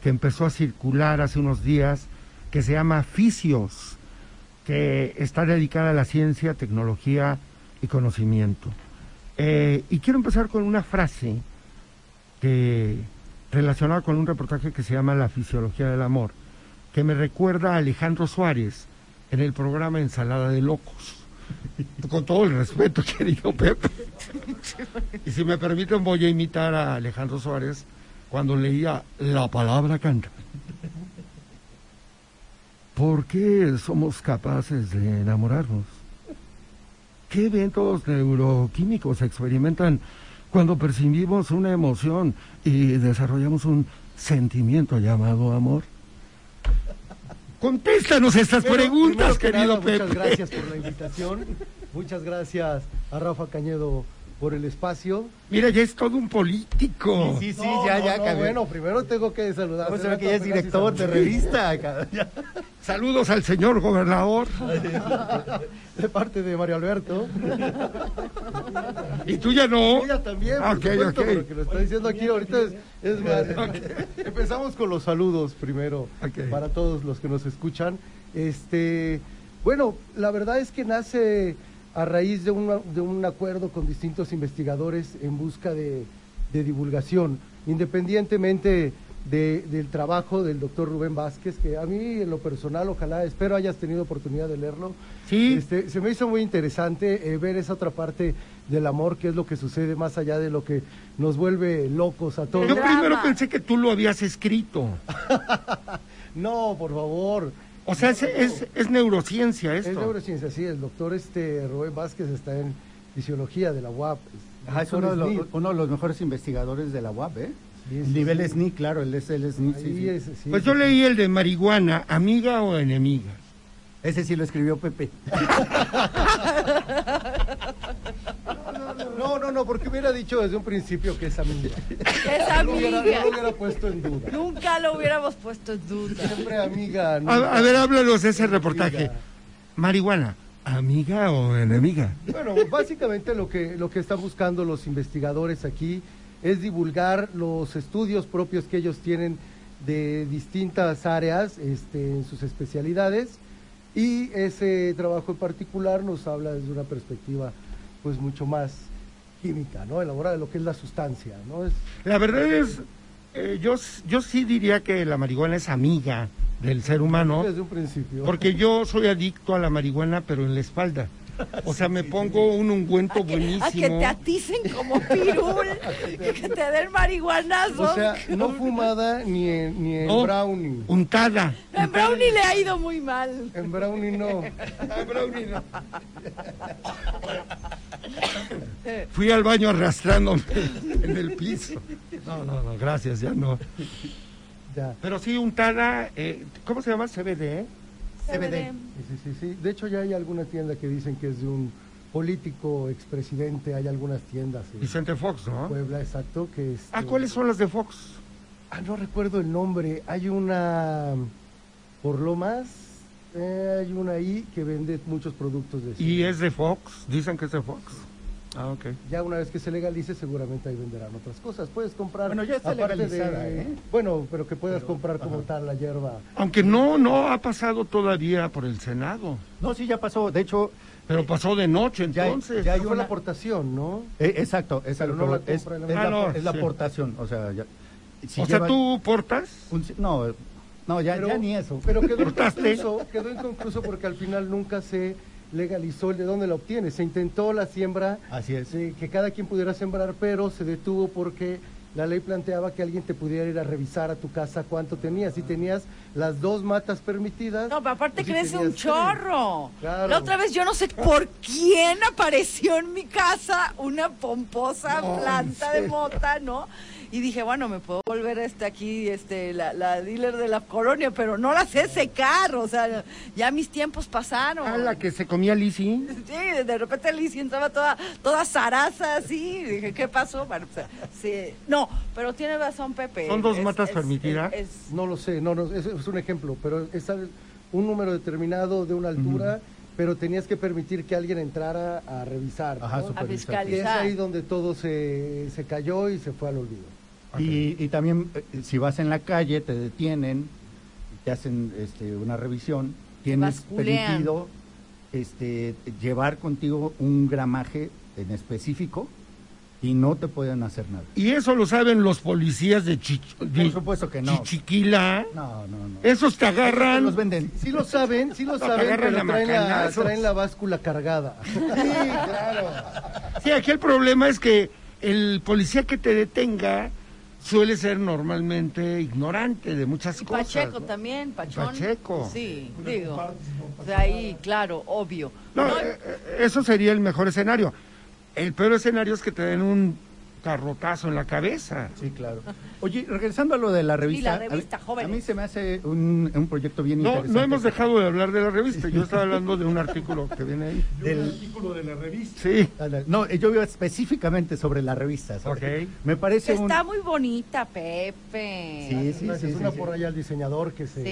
Speaker 3: que empezó a circular hace unos días, que se llama Fisios, que está dedicada a la ciencia, tecnología y conocimiento. Eh, y quiero empezar con una frase que relacionado con un reportaje que se llama La Fisiología del Amor, que me recuerda a Alejandro Suárez en el programa Ensalada de Locos. Con todo el respeto, [LAUGHS] querido Pepe. Y si me permiten, voy a imitar a Alejandro Suárez cuando leía La palabra canta. ¿Por qué somos capaces de enamorarnos? ¿Qué eventos neuroquímicos experimentan cuando percibimos una emoción y desarrollamos un sentimiento llamado amor? Contéstanos estas
Speaker 7: Pero,
Speaker 3: preguntas,
Speaker 7: primero que
Speaker 3: querido Pepe.
Speaker 7: nada, Muchas gracias por la invitación. Muchas gracias a Rafa Cañedo por el espacio.
Speaker 3: Mira, ya es todo un político.
Speaker 5: Sí, sí,
Speaker 7: No,
Speaker 5: ya,
Speaker 7: no,
Speaker 5: ya,
Speaker 7: no,
Speaker 5: cabrón.
Speaker 7: Bueno, primero tengo que saludar.
Speaker 5: ¿Cómo se ve
Speaker 7: Hace rato
Speaker 5: que ya es
Speaker 7: apenas
Speaker 5: director
Speaker 7: sí
Speaker 5: de
Speaker 7: saludé.
Speaker 5: revista? cabrón? Ya.
Speaker 3: Saludos al señor gobernador.
Speaker 7: De parte de Mario Alberto.
Speaker 3: Y tú ya no.
Speaker 7: Ella también,
Speaker 3: Ah,
Speaker 7: por
Speaker 3: ok,
Speaker 7: supuesto,
Speaker 3: ok.
Speaker 7: pero lo que lo está diciendo aquí ahorita es, es
Speaker 3: [LAUGHS]
Speaker 7: más. Empezamos con los saludos primero
Speaker 3: Ok.
Speaker 7: para todos los que nos escuchan. Este, bueno, la verdad es que nace a raíz de, una- de un acuerdo con distintos investigadores en busca de, de divulgación, independientemente de- del trabajo del doctor Rubén Vázquez, que a mí en lo personal, ojalá, espero hayas tenido oportunidad de leerlo.
Speaker 3: Sí.
Speaker 7: Este, se me hizo muy interesante eh, ver esa otra parte del amor, que es lo que sucede más allá de lo que nos vuelve locos a todos.
Speaker 3: Yo
Speaker 4: drama.
Speaker 3: primero pensé que tú lo habías escrito.
Speaker 7: No, por favor.
Speaker 3: O sea, es, es, es neurociencia esto.
Speaker 7: Es neurociencia, sí, el doctor este Rubén Vázquez está en fisiología de la UAP.
Speaker 5: Ajá, es uno
Speaker 7: Doctor
Speaker 5: de, los,
Speaker 7: Smith.
Speaker 5: uno de los mejores investigadores de la UAP, ¿eh?
Speaker 7: Sí, sí,
Speaker 5: Nivel
Speaker 7: sí.
Speaker 5: SNI, claro, él es el SNI. sí,
Speaker 7: Ahí
Speaker 5: sí.
Speaker 7: es, sí,
Speaker 3: Pues
Speaker 7: sí,
Speaker 3: yo
Speaker 7: sí.
Speaker 3: leí el de marihuana, amiga o enemiga.
Speaker 5: Ese sí lo escribió Pepe.
Speaker 7: No, no, no, porque hubiera dicho desde un principio que
Speaker 3: [LAUGHS]
Speaker 7: es amiga.
Speaker 4: Es
Speaker 7: No lo hubiera, no
Speaker 4: amiga.
Speaker 7: lo hubiera puesto en duda.
Speaker 4: Nunca lo hubiéramos puesto en duda.
Speaker 7: Siempre amiga.
Speaker 3: A,
Speaker 7: nunca.
Speaker 3: a ver, háblanos de ese reportaje. Marihuana, amiga o enemiga.
Speaker 7: Bueno, básicamente lo que, lo que están buscando los investigadores aquí es divulgar los estudios propios que ellos tienen de distintas áreas este, en sus especialidades y ese trabajo en particular nos habla desde una perspectiva pues mucho más química, ¿no? Elaborada de lo que es la sustancia, ¿no? Es,
Speaker 3: La verdad es, eh, yo, s- yo sí diría que la marihuana es amiga del ser humano.
Speaker 7: desde un principio.
Speaker 3: Porque yo soy adicto a la marihuana, pero en la espalda. O sea, me pongo un ungüento
Speaker 4: A que,
Speaker 3: buenísimo.
Speaker 4: a que te aticen como
Speaker 7: [LAUGHS]
Speaker 4: pirul, que te den marihuanazo.
Speaker 7: o sea, no fumada ni en, ni en
Speaker 3: No.
Speaker 7: brownie.
Speaker 3: Untada.
Speaker 4: en Brownie le ha ido muy mal.
Speaker 7: En brownie no.
Speaker 3: Fui al baño arrastrándome en el piso. No, no, no, gracias, ya no.
Speaker 7: Ya.
Speaker 3: Pero sí, untada, eh, ¿cómo se llama? CBD.
Speaker 5: CBD.
Speaker 7: Sí, sí, sí, sí. De hecho, ya hay alguna tienda que dicen que es de un político expresidente. Hay algunas tiendas en
Speaker 3: Vicente Fox, ¿no?
Speaker 7: Puebla, exacto, que es...
Speaker 3: Ah, ¿cuáles son las de Fox?
Speaker 7: Ah, no recuerdo el nombre. Hay una... Por lo más, eh, hay una ahí que vende muchos productos de...
Speaker 3: Y es de Fox, dicen que es de Fox. Ah, ok.
Speaker 7: Ya una vez que se legalice, seguramente ahí venderán otras cosas. Puedes comprar...
Speaker 5: Bueno, ya está
Speaker 7: aparte de-
Speaker 5: legalizada, ¿eh?
Speaker 7: Bueno, pero que puedas comprar como tal la hierba.
Speaker 3: Aunque no, no ha pasado todavía por el Senado.
Speaker 5: No, sí, ya pasó. De hecho,
Speaker 3: Pero pasó de noche,
Speaker 5: Ya-
Speaker 3: entonces.
Speaker 5: ya-
Speaker 7: Ya
Speaker 5: hay
Speaker 7: fue
Speaker 5: una-
Speaker 7: la aportación, ¿no?
Speaker 5: eh, exacto, es,
Speaker 7: Pero
Speaker 5: algo-
Speaker 7: no la
Speaker 5: es,
Speaker 7: compra la
Speaker 5: es
Speaker 3: Ah,
Speaker 5: la,
Speaker 3: no,
Speaker 5: es la
Speaker 3: sí.
Speaker 5: aportación. O sea, ya, si
Speaker 3: o sea,
Speaker 5: lleva
Speaker 3: ¿tú portas?
Speaker 5: un- no, no ya,
Speaker 7: Pero-
Speaker 5: ya ni eso. [LAUGHS]
Speaker 7: Pero quedó
Speaker 3: Cortaste.
Speaker 7: inconcluso, quedó inconcluso porque al final nunca se legalizó el de dónde la obtiene. Se intentó la siembra,
Speaker 5: Así es.
Speaker 7: de que cada quien pudiera sembrar, pero se detuvo porque la ley planteaba que alguien te pudiera ir a revisar a tu casa cuánto tenías. Si tenías las dos matas permitidas.
Speaker 4: No, pero aparte
Speaker 7: pues sí
Speaker 4: crece
Speaker 7: tenías
Speaker 4: un
Speaker 7: tres.
Speaker 4: chorro.
Speaker 7: Claro.
Speaker 4: La otra vez yo no sé por quién apareció en mi casa una pomposa planta de mota, ¿no? Y dije, bueno, me puedo volver este aquí, este, la, la dealer de la colonia, pero no la sé secar, o sea, ya mis tiempos pasaron.
Speaker 3: Ah, la que se comía Lizzie.
Speaker 4: Sí, de repente Lizzie entraba toda, toda zaraza así. y Dije, ¿qué pasó? Bueno, pues, sí. No, pero tiene razón Pepe.
Speaker 3: ¿Son dos
Speaker 4: Es-
Speaker 3: matas
Speaker 4: es-
Speaker 3: permitidas?
Speaker 4: es-
Speaker 7: No lo sé, no, no, eso es un ejemplo, pero es al- un número determinado de una altura, pero tenías que permitir que alguien entrara a revisar.
Speaker 5: Ajá,
Speaker 7: ¿no?
Speaker 4: a
Speaker 5: supervisar.
Speaker 7: Y es
Speaker 4: fiscalizar.
Speaker 7: ahí donde todo se, se cayó y se fue al olvido.
Speaker 5: Y, y también, eh, si vas en la calle, te detienen, te hacen este, una revisión, tienes
Speaker 4: basculean.
Speaker 5: permitido este, llevar contigo un gramaje en específico y y no te podían hacer nada.
Speaker 3: Y eso lo saben los policías de, Chich- de
Speaker 5: supuesto que no.
Speaker 3: Chichiquila.
Speaker 5: No, no, no.
Speaker 3: Esos te
Speaker 5: Te
Speaker 3: agarran.
Speaker 5: los venden.
Speaker 7: Sí lo saben, sí lo
Speaker 3: Te
Speaker 7: saben,
Speaker 3: agarran
Speaker 7: pero
Speaker 3: a
Speaker 7: traen la,
Speaker 3: macanazos.
Speaker 7: traen la
Speaker 3: [LAUGHS]
Speaker 7: báscula cargada.
Speaker 3: Sí, aquí el problema es que el policía que te detenga suele ser normalmente ignorante de muchas
Speaker 4: Y
Speaker 3: cosas.
Speaker 4: Pacheco
Speaker 3: ¿no?
Speaker 4: también, Pachón.
Speaker 3: Pacheco.
Speaker 4: Sí, digo. De ahí, claro, obvio.
Speaker 3: No,
Speaker 4: No,
Speaker 3: eh, eh, eso sería el mejor escenario. El peor escenario es que te den un carrotazo en la cabeza.
Speaker 5: Sí, claro. Oye, regresando a lo de la revista. a-
Speaker 4: revista,
Speaker 5: A
Speaker 4: jóvenes.
Speaker 5: mí se me hace un, un proyecto bien
Speaker 3: No,
Speaker 5: interesante.
Speaker 3: no hemos dejado de hablar de la revista. Yo estaba hablando de un artículo que viene ahí.
Speaker 6: artículo de la revista.
Speaker 3: Sí.
Speaker 5: Ándale. No, eh, yo veo específicamente sobre la revista. sobre-
Speaker 3: Ok.
Speaker 5: Me parece un...
Speaker 4: está muy bonita, Pepe.
Speaker 5: Sí, sí,
Speaker 7: Gracias,
Speaker 5: sí, sí,
Speaker 7: una
Speaker 5: sí.
Speaker 7: por allá al diseñador que se...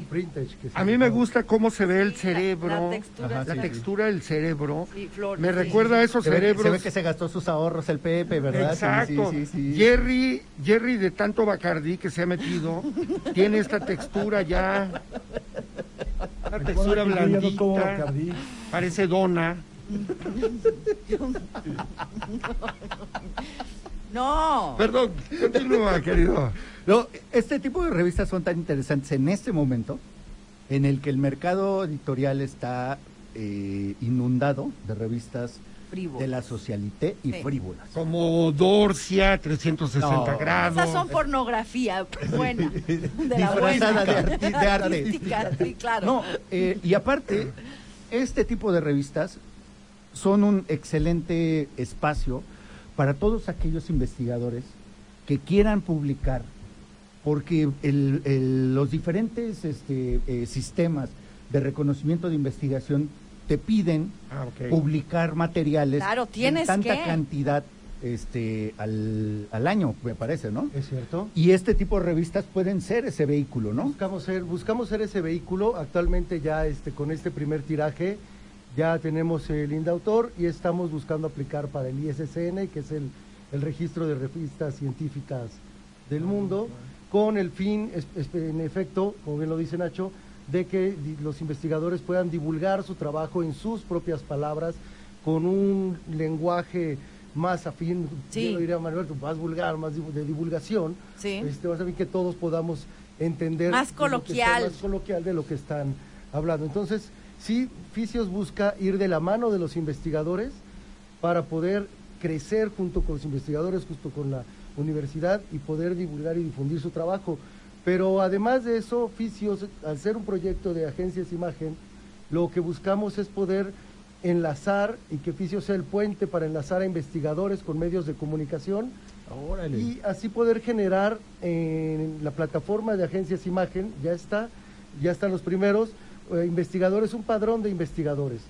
Speaker 4: Sí.
Speaker 7: Vintage. Que se
Speaker 3: A mí me
Speaker 7: llamó.
Speaker 3: gusta cómo se ve el
Speaker 4: Sí, la-
Speaker 3: cerebro,
Speaker 4: la textura
Speaker 5: Ajá,
Speaker 3: la
Speaker 5: sí.
Speaker 4: está-
Speaker 3: textura del cerebro.
Speaker 4: Sí, flor,
Speaker 3: Me
Speaker 4: sí.
Speaker 3: recuerda a esos
Speaker 5: Se ve, que- se ve
Speaker 3: cerebros.
Speaker 5: que se gastó sus ahorros el Pepe, ¿verdad? Sí,
Speaker 3: Exacto.
Speaker 5: Sí, sí, sí.
Speaker 3: Jerry, Jerry de tanto Bacardí que se ha metido, tiene esta textura ya. Una textura
Speaker 6: Recuerda que yo ya no tomo
Speaker 3: blandita,
Speaker 6: Bacardí.
Speaker 3: parece dona.
Speaker 4: No.
Speaker 3: Perdón, continúa, querido.
Speaker 5: No, este tipo de revistas son tan interesantes en este momento, en el que el mercado editorial está eh, inundado de revistas
Speaker 4: Frívolo.
Speaker 5: de la socialité y
Speaker 4: Sí.
Speaker 5: frívolas.
Speaker 3: Como Dorcia, 360
Speaker 5: No.
Speaker 3: grados.
Speaker 4: Esas son pornografía [LAUGHS] buena. De la buena.
Speaker 5: Disfrazada de arti- de arte.
Speaker 4: Artística, sí, claro.
Speaker 5: No, eh, y aparte, este tipo de revistas son un excelente espacio para todos aquellos investigadores que quieran publicar, porque el- el- los diferentes este, eh, sistemas de reconocimiento de investigación te piden
Speaker 3: Ah, ok.
Speaker 5: publicar materiales
Speaker 4: Claro,
Speaker 5: de
Speaker 4: tienes
Speaker 5: tanta
Speaker 4: que.
Speaker 5: cantidad este, al, al año, me parece, ¿no?
Speaker 7: ¿Es cierto?
Speaker 5: Y este tipo de revistas pueden ser ese vehículo, ¿no?
Speaker 7: Buscamos ser, buscamos ser ese vehículo. Actualmente ya este, con este primer tiraje ya tenemos el INDAUTOR y estamos buscando aplicar para el ISSN, que es el, el registro de revistas científicas del mundo, con el fin, es- es- en efecto, como bien lo dice Nacho, de que di- los investigadores puedan divulgar su trabajo en sus propias palabras, con un lenguaje más afín,
Speaker 4: Sí.
Speaker 7: yo lo diría Manuel, más vulgar, más divu- de divulgación,
Speaker 4: Sí.
Speaker 7: este, vas a ver que todos podamos entender
Speaker 4: Más
Speaker 7: de lo que
Speaker 4: coloquial.
Speaker 7: están- más coloquial de lo que están hablando. Entonces, sí, Ficios busca ir de la mano de los investigadores para poder crecer junto con los investigadores, junto con la universidad y poder divulgar y difundir su trabajo. Pero además de eso, Ficios, al ser un proyecto de agencias imagen, lo que buscamos es poder enlazar y que Ficios sea el puente para enlazar a investigadores con medios de comunicación y así poder generar en la plataforma de agencias imagen, ya está, ya están los primeros, eh, investigadores, un padrón de investigadores,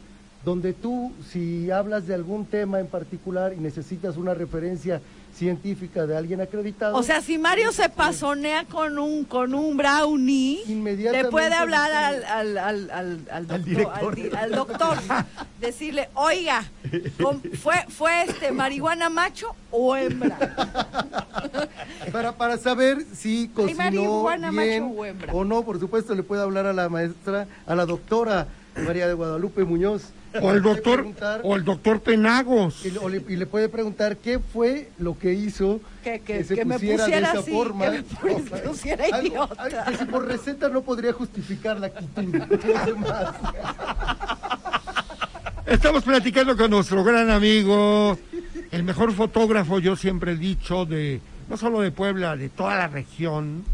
Speaker 7: donde tú si hablas de algún tema en particular y necesitas una referencia científica de alguien acreditado,
Speaker 4: O sea, si Mario se pasonea con un con un brownie, le
Speaker 7: Inmediatamente
Speaker 4: puede hablar al, al, al, al, al doctor,
Speaker 5: director.
Speaker 4: al di- al
Speaker 7: [LAUGHS]
Speaker 4: doctor, decirle, oiga, ¿com- ¿fue, fue este marihuana macho o hembra?
Speaker 7: para, para saber si cocinó
Speaker 4: marihuana,
Speaker 7: bien
Speaker 4: macho o hembra?
Speaker 7: o no, por supuesto le puede hablar a la maestra, a la doctora María de Guadalupe Muñoz.
Speaker 3: O el
Speaker 7: Le puede
Speaker 3: doctor,
Speaker 7: preguntar-
Speaker 3: o el doctor Penagos.
Speaker 7: Y, le- o le, y le puede preguntar qué fue lo que hizo
Speaker 4: Que, que,
Speaker 7: se
Speaker 4: que me
Speaker 7: pusiera,
Speaker 4: pusiera
Speaker 7: de esa
Speaker 4: así,
Speaker 7: forma.
Speaker 4: que me pus- pusiera [LAUGHS]
Speaker 7: Algo-
Speaker 4: idiota.
Speaker 7: algo que si por receta no podría justificar la actitud. los demás.
Speaker 3: Estamos platicando con nuestro gran amigo, el mejor fotógrafo, yo siempre he dicho, de no solo de Puebla, de toda la región,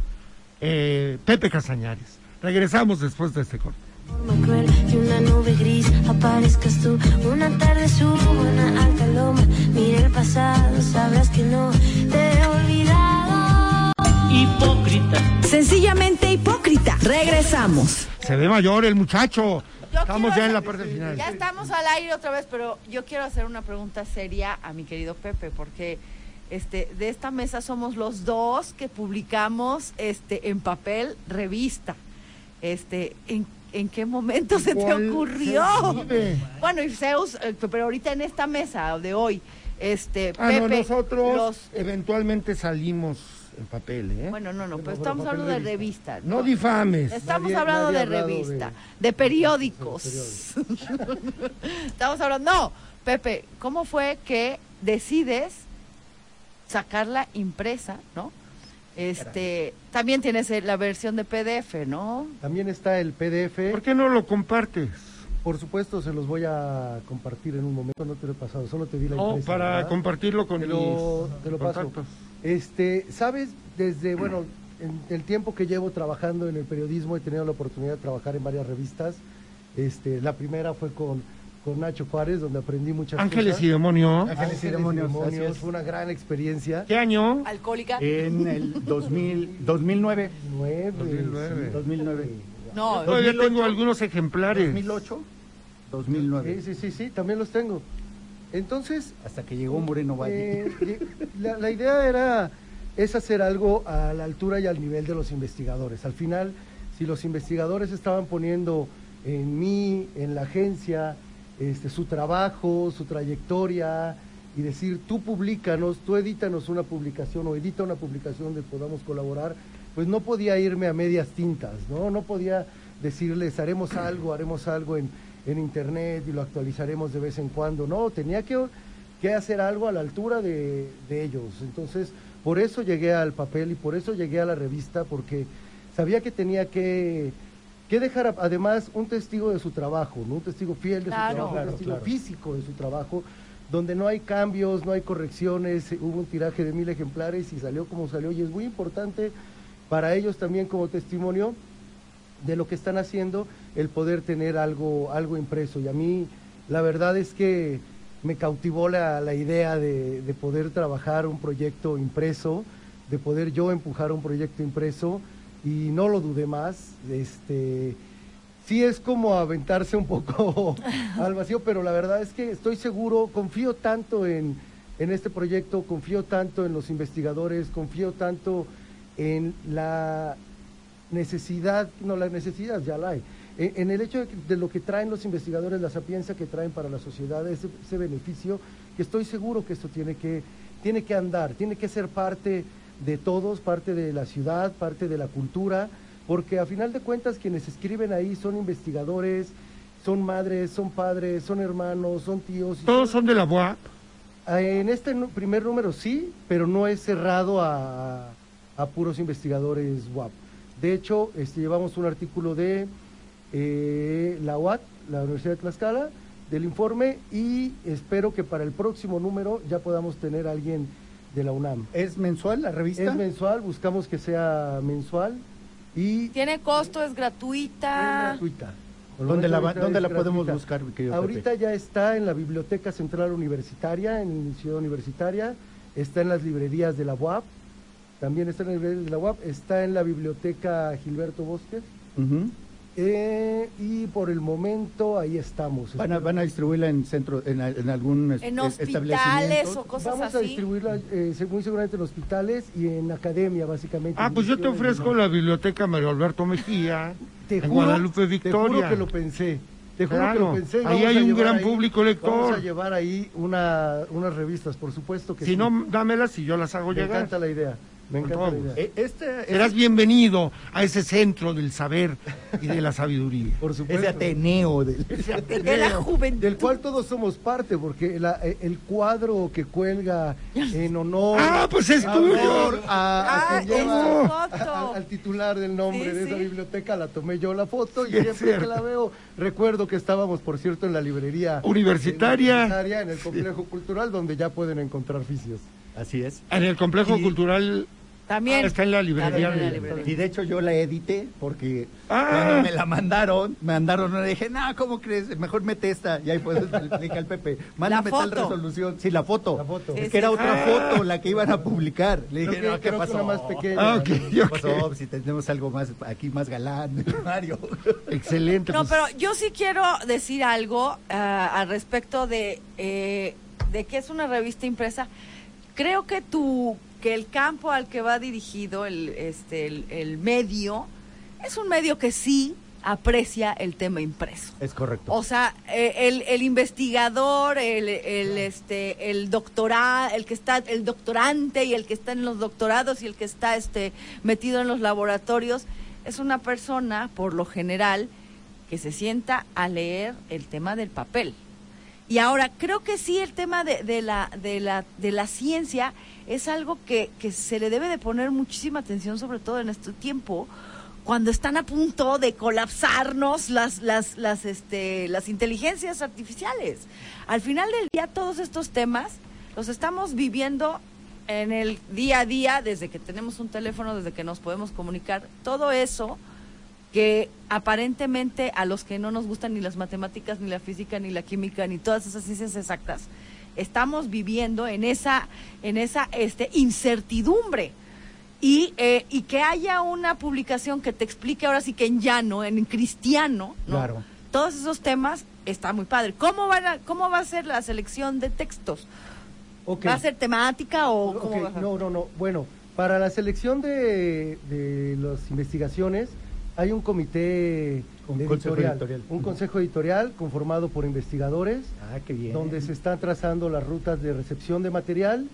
Speaker 3: eh, Pepe Casañares. Regresamos después de este corte.
Speaker 8: forma cruel y una nube gris aparezcas tú. Una tarde subo una alta loma, mira el pasado, sabrás que no te he olvidado.
Speaker 2: Sencillamente hipócrita. Regresamos.
Speaker 3: Se ve mayor el muchacho.
Speaker 4: Yo
Speaker 3: Estamos
Speaker 4: quiero
Speaker 3: ya en la
Speaker 4: hacer-
Speaker 3: parte
Speaker 4: Ya
Speaker 3: final.
Speaker 4: estamos al aire otra vez, pero yo quiero hacer una pregunta seria a mi querido Pepe, porque este, de esta mesa somos los dos que publicamos este, en papel revista. Este, ¿en, en qué momento se te
Speaker 3: ¿Cuál
Speaker 4: ocurrió?
Speaker 3: se vive?
Speaker 4: Bueno, y Zeus, eh, pero ahorita en esta mesa de hoy, este,
Speaker 3: Ah,
Speaker 4: Pepe,
Speaker 3: no, nosotros
Speaker 4: los-
Speaker 3: eventualmente salimos en papel, ¿eh?
Speaker 4: bueno, no, no, pero
Speaker 7: pero
Speaker 4: estamos
Speaker 7: papel
Speaker 4: hablando de
Speaker 7: revista.
Speaker 4: revista.
Speaker 3: no difames.
Speaker 4: Estamos
Speaker 7: Nadie-
Speaker 4: hablando
Speaker 7: nadie
Speaker 4: de
Speaker 7: ha hablado
Speaker 4: revista,
Speaker 7: de-
Speaker 4: de, periódicos. [LAUGHS] Estamos hablando, no, Pepe, ¿cómo fue que decides sacarla impresa, ¿no? Este, también tienes eh, la versión de PDF, ¿no?
Speaker 7: También está el PDF.
Speaker 3: ¿Por qué no lo compartes?
Speaker 7: Por supuesto, se los voy a compartir en un momento. No te lo he pasado, solo te di la
Speaker 3: No,
Speaker 7: impresa,
Speaker 3: para
Speaker 7: ¿verdad?
Speaker 3: compartirlo con
Speaker 7: Te lo-
Speaker 3: mis
Speaker 7: te lo paso.
Speaker 3: contactos.
Speaker 7: Este, sabes, desde, bueno, en el tiempo que llevo trabajando en el periodismo, he tenido la oportunidad de trabajar en varias revistas. Este, la primera fue con, con Nacho Juárez, donde aprendí muchas
Speaker 3: Ángeles
Speaker 7: cosas.
Speaker 3: y demonio.
Speaker 5: Ángeles y demonios. así es.
Speaker 7: Fue una gran experiencia.
Speaker 3: ¿Qué año?
Speaker 4: Alcohólica.
Speaker 5: En el 2000, 2009.
Speaker 7: Nueve,
Speaker 3: 2009.
Speaker 7: sí,
Speaker 5: 2009.
Speaker 4: no,
Speaker 3: Todavía tengo algunos ejemplares.
Speaker 5: 2008.
Speaker 7: Sí,
Speaker 5: 2009.
Speaker 7: sí, sí, sí, también los tengo. Entonces,
Speaker 5: Hasta que llegó Moreno Valle.
Speaker 7: eh, di- la, la idea era es hacer algo a la altura y al nivel de los investigadores. Al final, si los investigadores estaban poniendo en mí, en la agencia, este, su trabajo, su trayectoria, y decir, tú públicanos, tú edítanos una publicación o edita una publicación donde podamos colaborar, pues no podía irme a medias tintas, ¿no? No podía decirles, haremos algo, haremos algo en, en Internet y lo actualizaremos de vez en cuando. No, tenía que que hacer algo a la altura de, de ellos. Entonces, por eso llegué al papel y por eso llegué a la revista, porque sabía que tenía que, que dejar, a- además, un testigo de su trabajo, ¿no? un testigo fiel de
Speaker 4: Claro.
Speaker 7: su trabajo,
Speaker 4: Claro,
Speaker 7: un testigo
Speaker 5: claro.
Speaker 7: físico de su trabajo, donde no hay cambios, no hay correcciones, eh, hubo un tiraje de mil ejemplares y salió como salió, y es muy importante para ellos también como testimonio de lo que están haciendo el poder tener algo, algo impreso. Y a mí la verdad es que me cautivó la, la idea de, de poder trabajar un proyecto impreso, de poder yo empujar un proyecto impreso y no lo dudé más. Este, sí es como aventarse un poco [LAUGHS] al vacío, pero la verdad es que estoy seguro, confío tanto en, en este proyecto, confío tanto en los investigadores, confío tanto en la necesidad, no, la necesidad ya la hay. E, En, en el hecho de, que- de lo que traen los investigadores, la sapiencia que traen para la sociedad, ese, ese beneficio, que estoy seguro que esto tiene que, tiene que andar, tiene que ser parte de todos, parte de la ciudad, parte de la cultura, porque a final de cuentas quienes escriben ahí son investigadores, son madres, son padres, son hermanos, son tíos. y
Speaker 3: Todos
Speaker 7: son-
Speaker 3: son de la BOA.
Speaker 7: Ah, En este nu- primer número sí, pero no es cerrado a, a puros investigadores UAP. De hecho, este, llevamos un artículo de eh, la UAT, la Universidad de Tlaxcala, del informe y espero que para el próximo número ya podamos tener a alguien de la UNAM.
Speaker 5: ¿Es mensual la revista?
Speaker 7: Es mensual, buscamos que sea mensual y es
Speaker 4: Tiene costo, es gratuita.
Speaker 7: gratuita. Por lo
Speaker 5: ¿Dónde
Speaker 7: menos
Speaker 5: la, va-
Speaker 7: ahorita
Speaker 5: ¿dónde
Speaker 7: es
Speaker 5: la podemos
Speaker 7: gratuita.
Speaker 5: buscar, mi querido
Speaker 7: Ahorita
Speaker 5: Pepe?
Speaker 7: ya está en la Biblioteca Central Universitaria, en Ciudad Universitaria, está en las librerías de la UAP, también está en las librerías de la UAP, está en la Biblioteca Gilberto Bosques,
Speaker 5: Ujú.
Speaker 7: eh, y por el momento ahí estamos.
Speaker 5: van, a, van a distribuirla en centro, en, a- en algún es-
Speaker 4: En
Speaker 5: es-
Speaker 4: hospitales o cosas
Speaker 7: Vamos a
Speaker 4: así.
Speaker 7: distribuirla eh, se- muy seguramente en hospitales y en academia, básicamente.
Speaker 3: Ah, pues yo te ofrezco la biblioteca Mario Alberto Mejía.
Speaker 7: Te
Speaker 3: en
Speaker 7: juro-
Speaker 3: Guadalupe
Speaker 7: Te
Speaker 3: Victoria.
Speaker 7: juro que lo pensé. Te juro que
Speaker 3: Claro,
Speaker 7: lo pensé. y
Speaker 3: ahí
Speaker 7: vamos
Speaker 3: hay
Speaker 7: a
Speaker 3: un
Speaker 7: llevar
Speaker 3: gran público lector.
Speaker 7: Vamos a llevar ahí una, unas revistas, por supuesto que
Speaker 3: si
Speaker 7: sí.
Speaker 3: no, dámelas y yo las hago
Speaker 7: Me
Speaker 3: llegar.
Speaker 7: encanta la idea. Me
Speaker 3: Por
Speaker 7: encanta la
Speaker 3: favor.
Speaker 7: idea. E-, este
Speaker 5: Eh, Esta es,
Speaker 3: Serás bienvenido a ese centro del saber y de la sabiduría.
Speaker 7: [LAUGHS] Por
Speaker 5: es de
Speaker 7: supuesto.
Speaker 5: Ateneo. del-
Speaker 4: De la juventud.
Speaker 7: del cual todos somos parte, porque la- eh, el cuadro que cuelga en honor.
Speaker 3: Ah, pues es
Speaker 7: en
Speaker 3: tuyo.
Speaker 7: honor a- a
Speaker 4: Ah,
Speaker 7: quien
Speaker 4: es
Speaker 7: lleva-
Speaker 4: su
Speaker 7: a- a-
Speaker 4: foto.
Speaker 7: al titular del nombre
Speaker 4: Sí,
Speaker 7: de esa
Speaker 4: sí.
Speaker 7: biblioteca la tomé yo la foto y
Speaker 3: Sí, es
Speaker 7: siempre que
Speaker 3: cierto.
Speaker 7: la veo recuerdo que estábamos por cierto en la librería
Speaker 3: Universitaria.
Speaker 7: universitaria, en el complejo cultural donde ya pueden encontrar fisios
Speaker 5: Así es.
Speaker 3: En el complejo cultural
Speaker 4: También.
Speaker 3: está en la librería.
Speaker 4: También en la
Speaker 3: de-
Speaker 4: librería.
Speaker 5: Y de hecho yo la edité porque
Speaker 3: Ah.
Speaker 5: cuando me la mandaron, me mandaron una y dije, no, ¿cómo crees? Mejor mete esta. Y ahí pues le dije al Pepe, mándame tal
Speaker 4: foto.
Speaker 5: resolución. Sí, la foto.
Speaker 7: La foto. Ah.
Speaker 5: Es
Speaker 4: Sí,
Speaker 5: que era
Speaker 4: sí.
Speaker 5: otra foto la que iban a publicar. Le dije,
Speaker 7: Creo que-
Speaker 5: no, ¿qué
Speaker 7: creo que
Speaker 5: pasó?
Speaker 7: una más pequeña.
Speaker 3: Ah, ok,
Speaker 5: ¿Qué
Speaker 3: ok.
Speaker 5: pasó? Si tenemos algo más aquí más galán, [LAUGHS] Mario.
Speaker 3: Excelente.
Speaker 4: No,
Speaker 3: pues,
Speaker 4: pero yo sí quiero decir algo ah, al respecto de, eh, de que es una revista impresa. Creo que tu, que el campo al que va dirigido el, este, el, el medio es un medio que sí aprecia el tema impreso.
Speaker 5: Es
Speaker 3: Oh,
Speaker 5: correcto.
Speaker 4: O sea, eh, el, el investigador, el, el, este, el doctora, el que está, el doctorante y el que está en los doctorados y el que está este, metido en los laboratorios, es una persona, por lo general, que se sienta a leer el tema del papel. Y ahora, creo que sí, el tema de, de la, de, la, de la ciencia es algo que, que se le debe de poner muchísima atención, sobre todo en este tiempo, cuando están a punto de colapsarnos las, las, las, este, las inteligencias artificiales. Al final del día, todos estos temas los estamos viviendo en el día a día, desde que tenemos un teléfono, desde que nos podemos comunicar. Todo eso que aparentemente a los que no nos gustan ni las matemáticas, ni la física, ni la química, ni todas esas ciencias exactas, estamos viviendo en esa, en esa este, incertidumbre. Y, eh, y que haya una publicación que te explique ahora sí que en llano, en cristiano, ¿no?
Speaker 5: Claro.
Speaker 4: todos esos temas, está muy padre. ¿Cómo, van a- ¿Cómo va a ser la selección de textos?
Speaker 7: Ok.
Speaker 4: ¿Va a ser temática o cómo
Speaker 7: Oh, Ok,
Speaker 4: va a ser?
Speaker 7: No, no, no. Bueno, para la selección de, de las investigaciones hay un comité
Speaker 5: Un
Speaker 7: editorial,
Speaker 5: consejo editorial.
Speaker 7: un
Speaker 5: Ujú.
Speaker 7: consejo editorial conformado por investigadores,
Speaker 5: Ah, qué bien.
Speaker 7: donde se están trazando las rutas de recepción de material,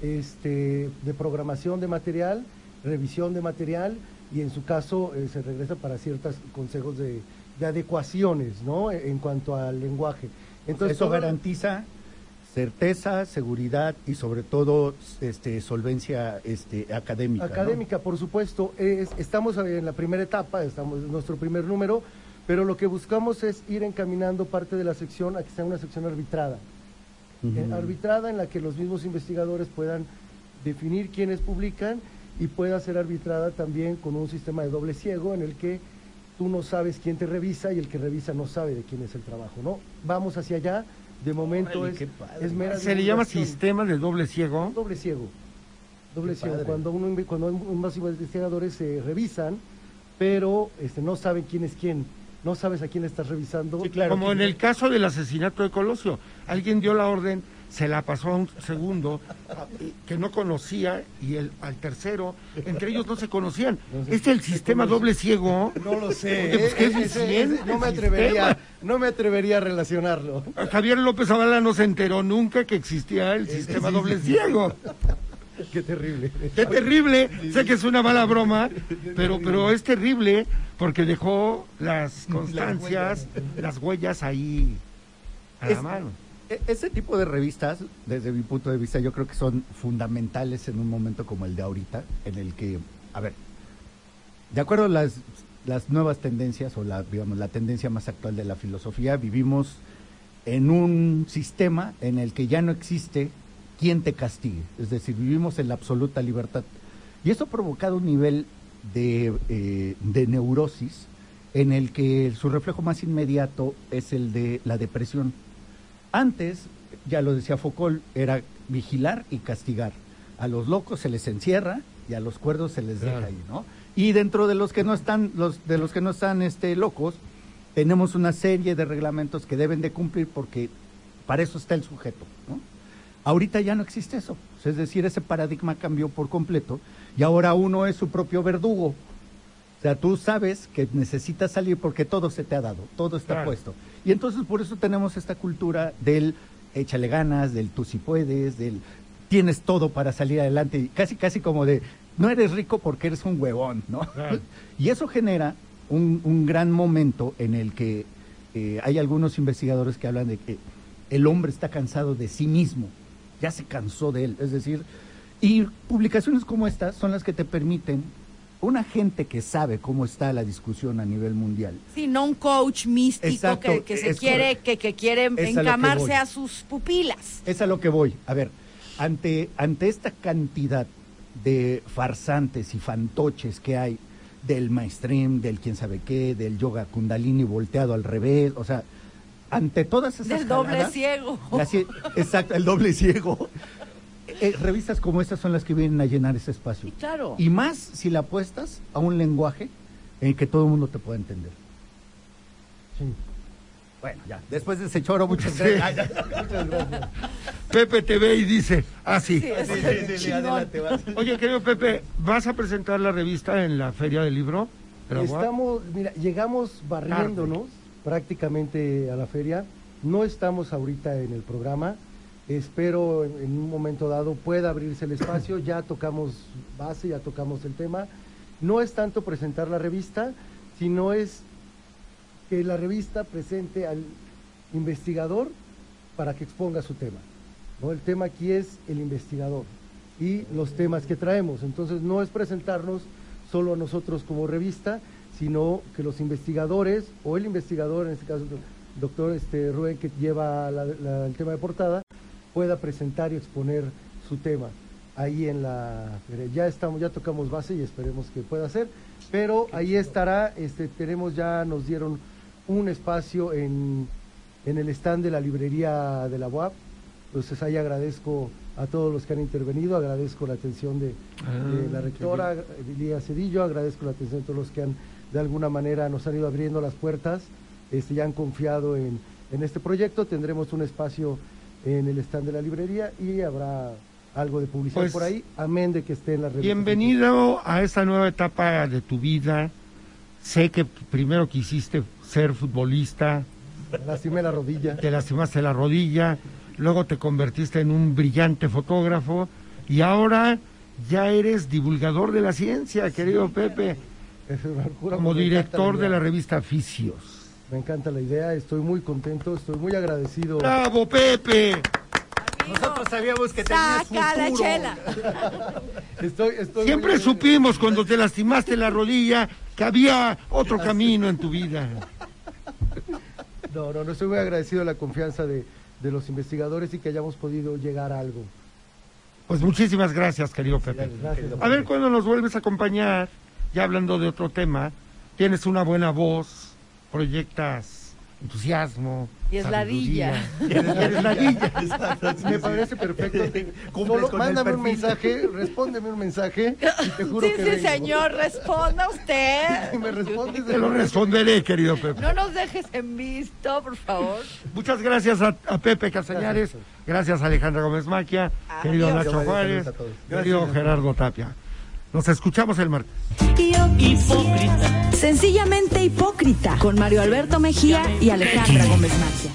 Speaker 7: este, de programación de material, revisión de material y en su caso eh, se regresa para ciertos consejos de, de adecuaciones, ¿no? En cuanto al lenguaje. Entonces,
Speaker 5: Eso
Speaker 7: todo-
Speaker 5: garantiza certeza, seguridad y sobre todo este, solvencia este, académica. ¿no?
Speaker 7: Académica, por supuesto. Es- estamos en la primera etapa, estamos en nuestro primer número, pero lo que buscamos es ir encaminando parte de la sección a que sea una sección arbitrada. Eh, Arbitrada en la que los mismos investigadores puedan definir quiénes publican y pueda ser arbitrada también con un sistema de doble ciego en el que tú no sabes quién te revisa y el que revisa no sabe de quién es el trabajo, ¿no? Vamos hacia allá. De momento
Speaker 5: Órale,
Speaker 7: es,
Speaker 5: qué padre.
Speaker 7: es mera
Speaker 3: Se le llama
Speaker 7: divulgación.
Speaker 3: sistema de doble ciego.
Speaker 7: Doble ciego. Doble
Speaker 5: Qué
Speaker 7: ciego.
Speaker 5: padre.
Speaker 7: Cuando uno inve- cuando un- más investigadores se revisan, pero este no saben quién es quién. No sabes a quién estás revisando.
Speaker 5: Sí, claro.
Speaker 3: como en el caso del asesinato de Colosio. Alguien dio la orden, se la pasó a un segundo a- que no conocía y el, al tercero, entre ellos no se conocían. Este es el sistema doble ciego.
Speaker 7: No lo sé. [LAUGHS]
Speaker 3: Oye, pues,
Speaker 7: ¿eh?
Speaker 3: qué
Speaker 7: Ese- ese-
Speaker 3: eficiente
Speaker 7: no me
Speaker 3: el
Speaker 7: atrevería,
Speaker 3: sistema.
Speaker 7: no me atrevería a relacionarlo. [LAUGHS]
Speaker 3: Ah, Javier López Zavala no se enteró nunca que existía el sistema doble ciego.
Speaker 7: Qué terrible.
Speaker 3: Qué terrible. Sé que es una mala broma, pero, pero es terrible porque dejó las constancias, las huellas ahí a la
Speaker 5: Es-
Speaker 3: mano.
Speaker 5: E- Ese tipo de revistas, desde mi punto de vista, yo creo que son fundamentales en un momento como el de ahorita, en el que, a ver, de acuerdo a las, las nuevas tendencias o la, digamos, la tendencia más actual de la filosofía, vivimos en un sistema en el que ya no existe quien te castigue, es decir, vivimos en la absoluta libertad. Y eso ha provocado un nivel de, eh, de neurosis en el que su reflejo más inmediato es el de la depresión. Antes, ya lo decía Foucault, era vigilar y castigar. A los locos se les encierra y a los cuerdos se les deja ahí, ¿no? Y dentro de los que no están, los de los que no están este locos, tenemos una serie de reglamentos que deben de cumplir porque para eso está el sujeto, ¿no? Ahorita ya no existe eso. Es decir, ese paradigma cambió por completo y ahora uno es su propio verdugo. O sea, tú sabes que necesitas salir porque todo se te ha dado, todo está
Speaker 3: Claro.
Speaker 5: puesto. Y entonces por eso tenemos esta cultura del échale ganas, del tú si puedes, del tienes todo para salir adelante, y casi casi como de no eres rico porque eres un huevón, ¿no?
Speaker 3: Claro.
Speaker 5: Y eso genera un, un gran momento en el que eh, hay algunos investigadores que hablan de que el hombre está cansado de sí mismo, ya se cansó de él. Es decir, y publicaciones como estas son las que te permiten, una gente que sabe cómo está la discusión a nivel mundial,
Speaker 4: Sí, no un coach místico
Speaker 5: Exacto,
Speaker 4: que, que se
Speaker 5: es
Speaker 4: quiere,
Speaker 5: correcto.
Speaker 4: que, que quiere
Speaker 5: lo que
Speaker 4: encamarse
Speaker 5: voy.
Speaker 4: a sus pupilas.
Speaker 5: Es a lo que voy. A ver, ante, ante esta cantidad de farsantes y fantoches que hay del mainstream, del quién sabe qué, del yoga kundalini volteado al revés, o sea, ante todas esas
Speaker 4: Del doble
Speaker 5: jaladas,
Speaker 4: ciego.
Speaker 5: la cie- exacto, el doble ciego. [LAUGHS] eh, revistas como estas son las que vienen a llenar ese espacio.
Speaker 4: Sí, claro.
Speaker 5: Y más si la apuestas a un lenguaje en el que todo el mundo te pueda entender. Bueno, ya, después de ese choro, muchas
Speaker 3: Sí.
Speaker 5: gracias. Ay, ya.
Speaker 3: Pepe te ve y dice, así.
Speaker 4: Sí, es chingón.
Speaker 3: Oye, querido Pepe, ¿vas a presentar la revista en la Feria del Libro? de la UAP?
Speaker 7: Estamos, mira, llegamos barriéndonos prácticamente a la feria. No estamos ahorita en el programa. Espero en, en un momento dado pueda abrirse el espacio. Ya tocamos base, ya tocamos el tema. No es tanto presentar la revista, sino es que la revista presente al investigador para que exponga su tema. ¿no? El tema aquí es el investigador y los temas que traemos. Entonces no es presentarnos solo a nosotros como revista, sino que los investigadores o el investigador, en este caso el doctor este, Rubén, que lleva la- la- el tema de portada, pueda presentar y exponer su tema ahí en la feria. ya estamos ya tocamos base y esperemos que pueda ser pero ahí estará este tenemos ya nos dieron un espacio en, en el stand de la librería de la UAP entonces ahí agradezco a todos los que han intervenido agradezco la atención de,
Speaker 3: Ah,
Speaker 7: de la rectora Lilia Cedillo agradezco la atención de todos los que han de alguna manera nos han ido abriendo las puertas este ya han confiado en, en este proyecto tendremos un espacio en el stand de la librería y habrá algo de publicidad
Speaker 3: Pues,
Speaker 7: por ahí, amén de que esté en la revista.
Speaker 3: Bienvenido a esta nueva etapa de tu vida. Sé que primero quisiste ser futbolista,
Speaker 7: Lastimé la rodilla.
Speaker 3: te lastimaste la rodilla, luego te convertiste en un brillante fotógrafo y ahora ya eres divulgador de la ciencia, querido Pepe,
Speaker 7: Es una locura,
Speaker 3: como
Speaker 7: [LAUGHS] me encanta
Speaker 3: director de la
Speaker 7: idea.
Speaker 3: revista Fisios.
Speaker 7: Me encanta la idea, estoy muy contento, estoy muy agradecido.
Speaker 3: ¡Bravo, Pepe!
Speaker 5: Nosotros sabíamos que tenías
Speaker 4: Saca la
Speaker 5: futuro.
Speaker 4: chela.
Speaker 7: Estoy, estoy
Speaker 3: Siempre
Speaker 7: muy-
Speaker 3: supimos cuando te lastimaste la rodilla que había otro camino en tu vida.
Speaker 7: No, no, no, estoy muy agradecido de la confianza de, de los investigadores y que hayamos podido llegar a algo.
Speaker 3: Pues muchísimas gracias, querido Pepe.
Speaker 7: Gracias.
Speaker 3: A ver cuándo nos vuelves a acompañar, ya hablando de otro tema. Tienes una buena voz, proyectas entusiasmo.
Speaker 4: Y es
Speaker 3: sabiduría. [LAUGHS]
Speaker 5: Y eres ladilla.
Speaker 7: Me parece perfecto.
Speaker 5: [LAUGHS] Cumples
Speaker 7: Solo
Speaker 5: con el
Speaker 7: mándame un
Speaker 5: perfil.
Speaker 7: mensaje, respóndeme un mensaje y
Speaker 4: [LAUGHS]
Speaker 7: te juro
Speaker 4: Sí,
Speaker 7: que
Speaker 4: sí,
Speaker 7: vengo.
Speaker 4: señor, responda
Speaker 7: Y [LAUGHS]
Speaker 4: usted.
Speaker 7: me respondes
Speaker 3: Te lo
Speaker 5: [LAUGHS]
Speaker 3: responderé, querido Pepe.
Speaker 4: No nos dejes en visto, por favor.
Speaker 3: Muchas gracias a, a Pepe Castañares, gracias a Alejandra Gómez Maquia,
Speaker 4: Ah,
Speaker 3: querido
Speaker 4: Adiós.
Speaker 3: Nacho
Speaker 7: Saludos
Speaker 3: Juárez,
Speaker 7: a todos.
Speaker 3: querido Gerardo Tapia. Nos escuchamos el martes.
Speaker 2: Sencillamente hipócrita con Mario Alberto Mejía y Alejandra Gómez Maquia.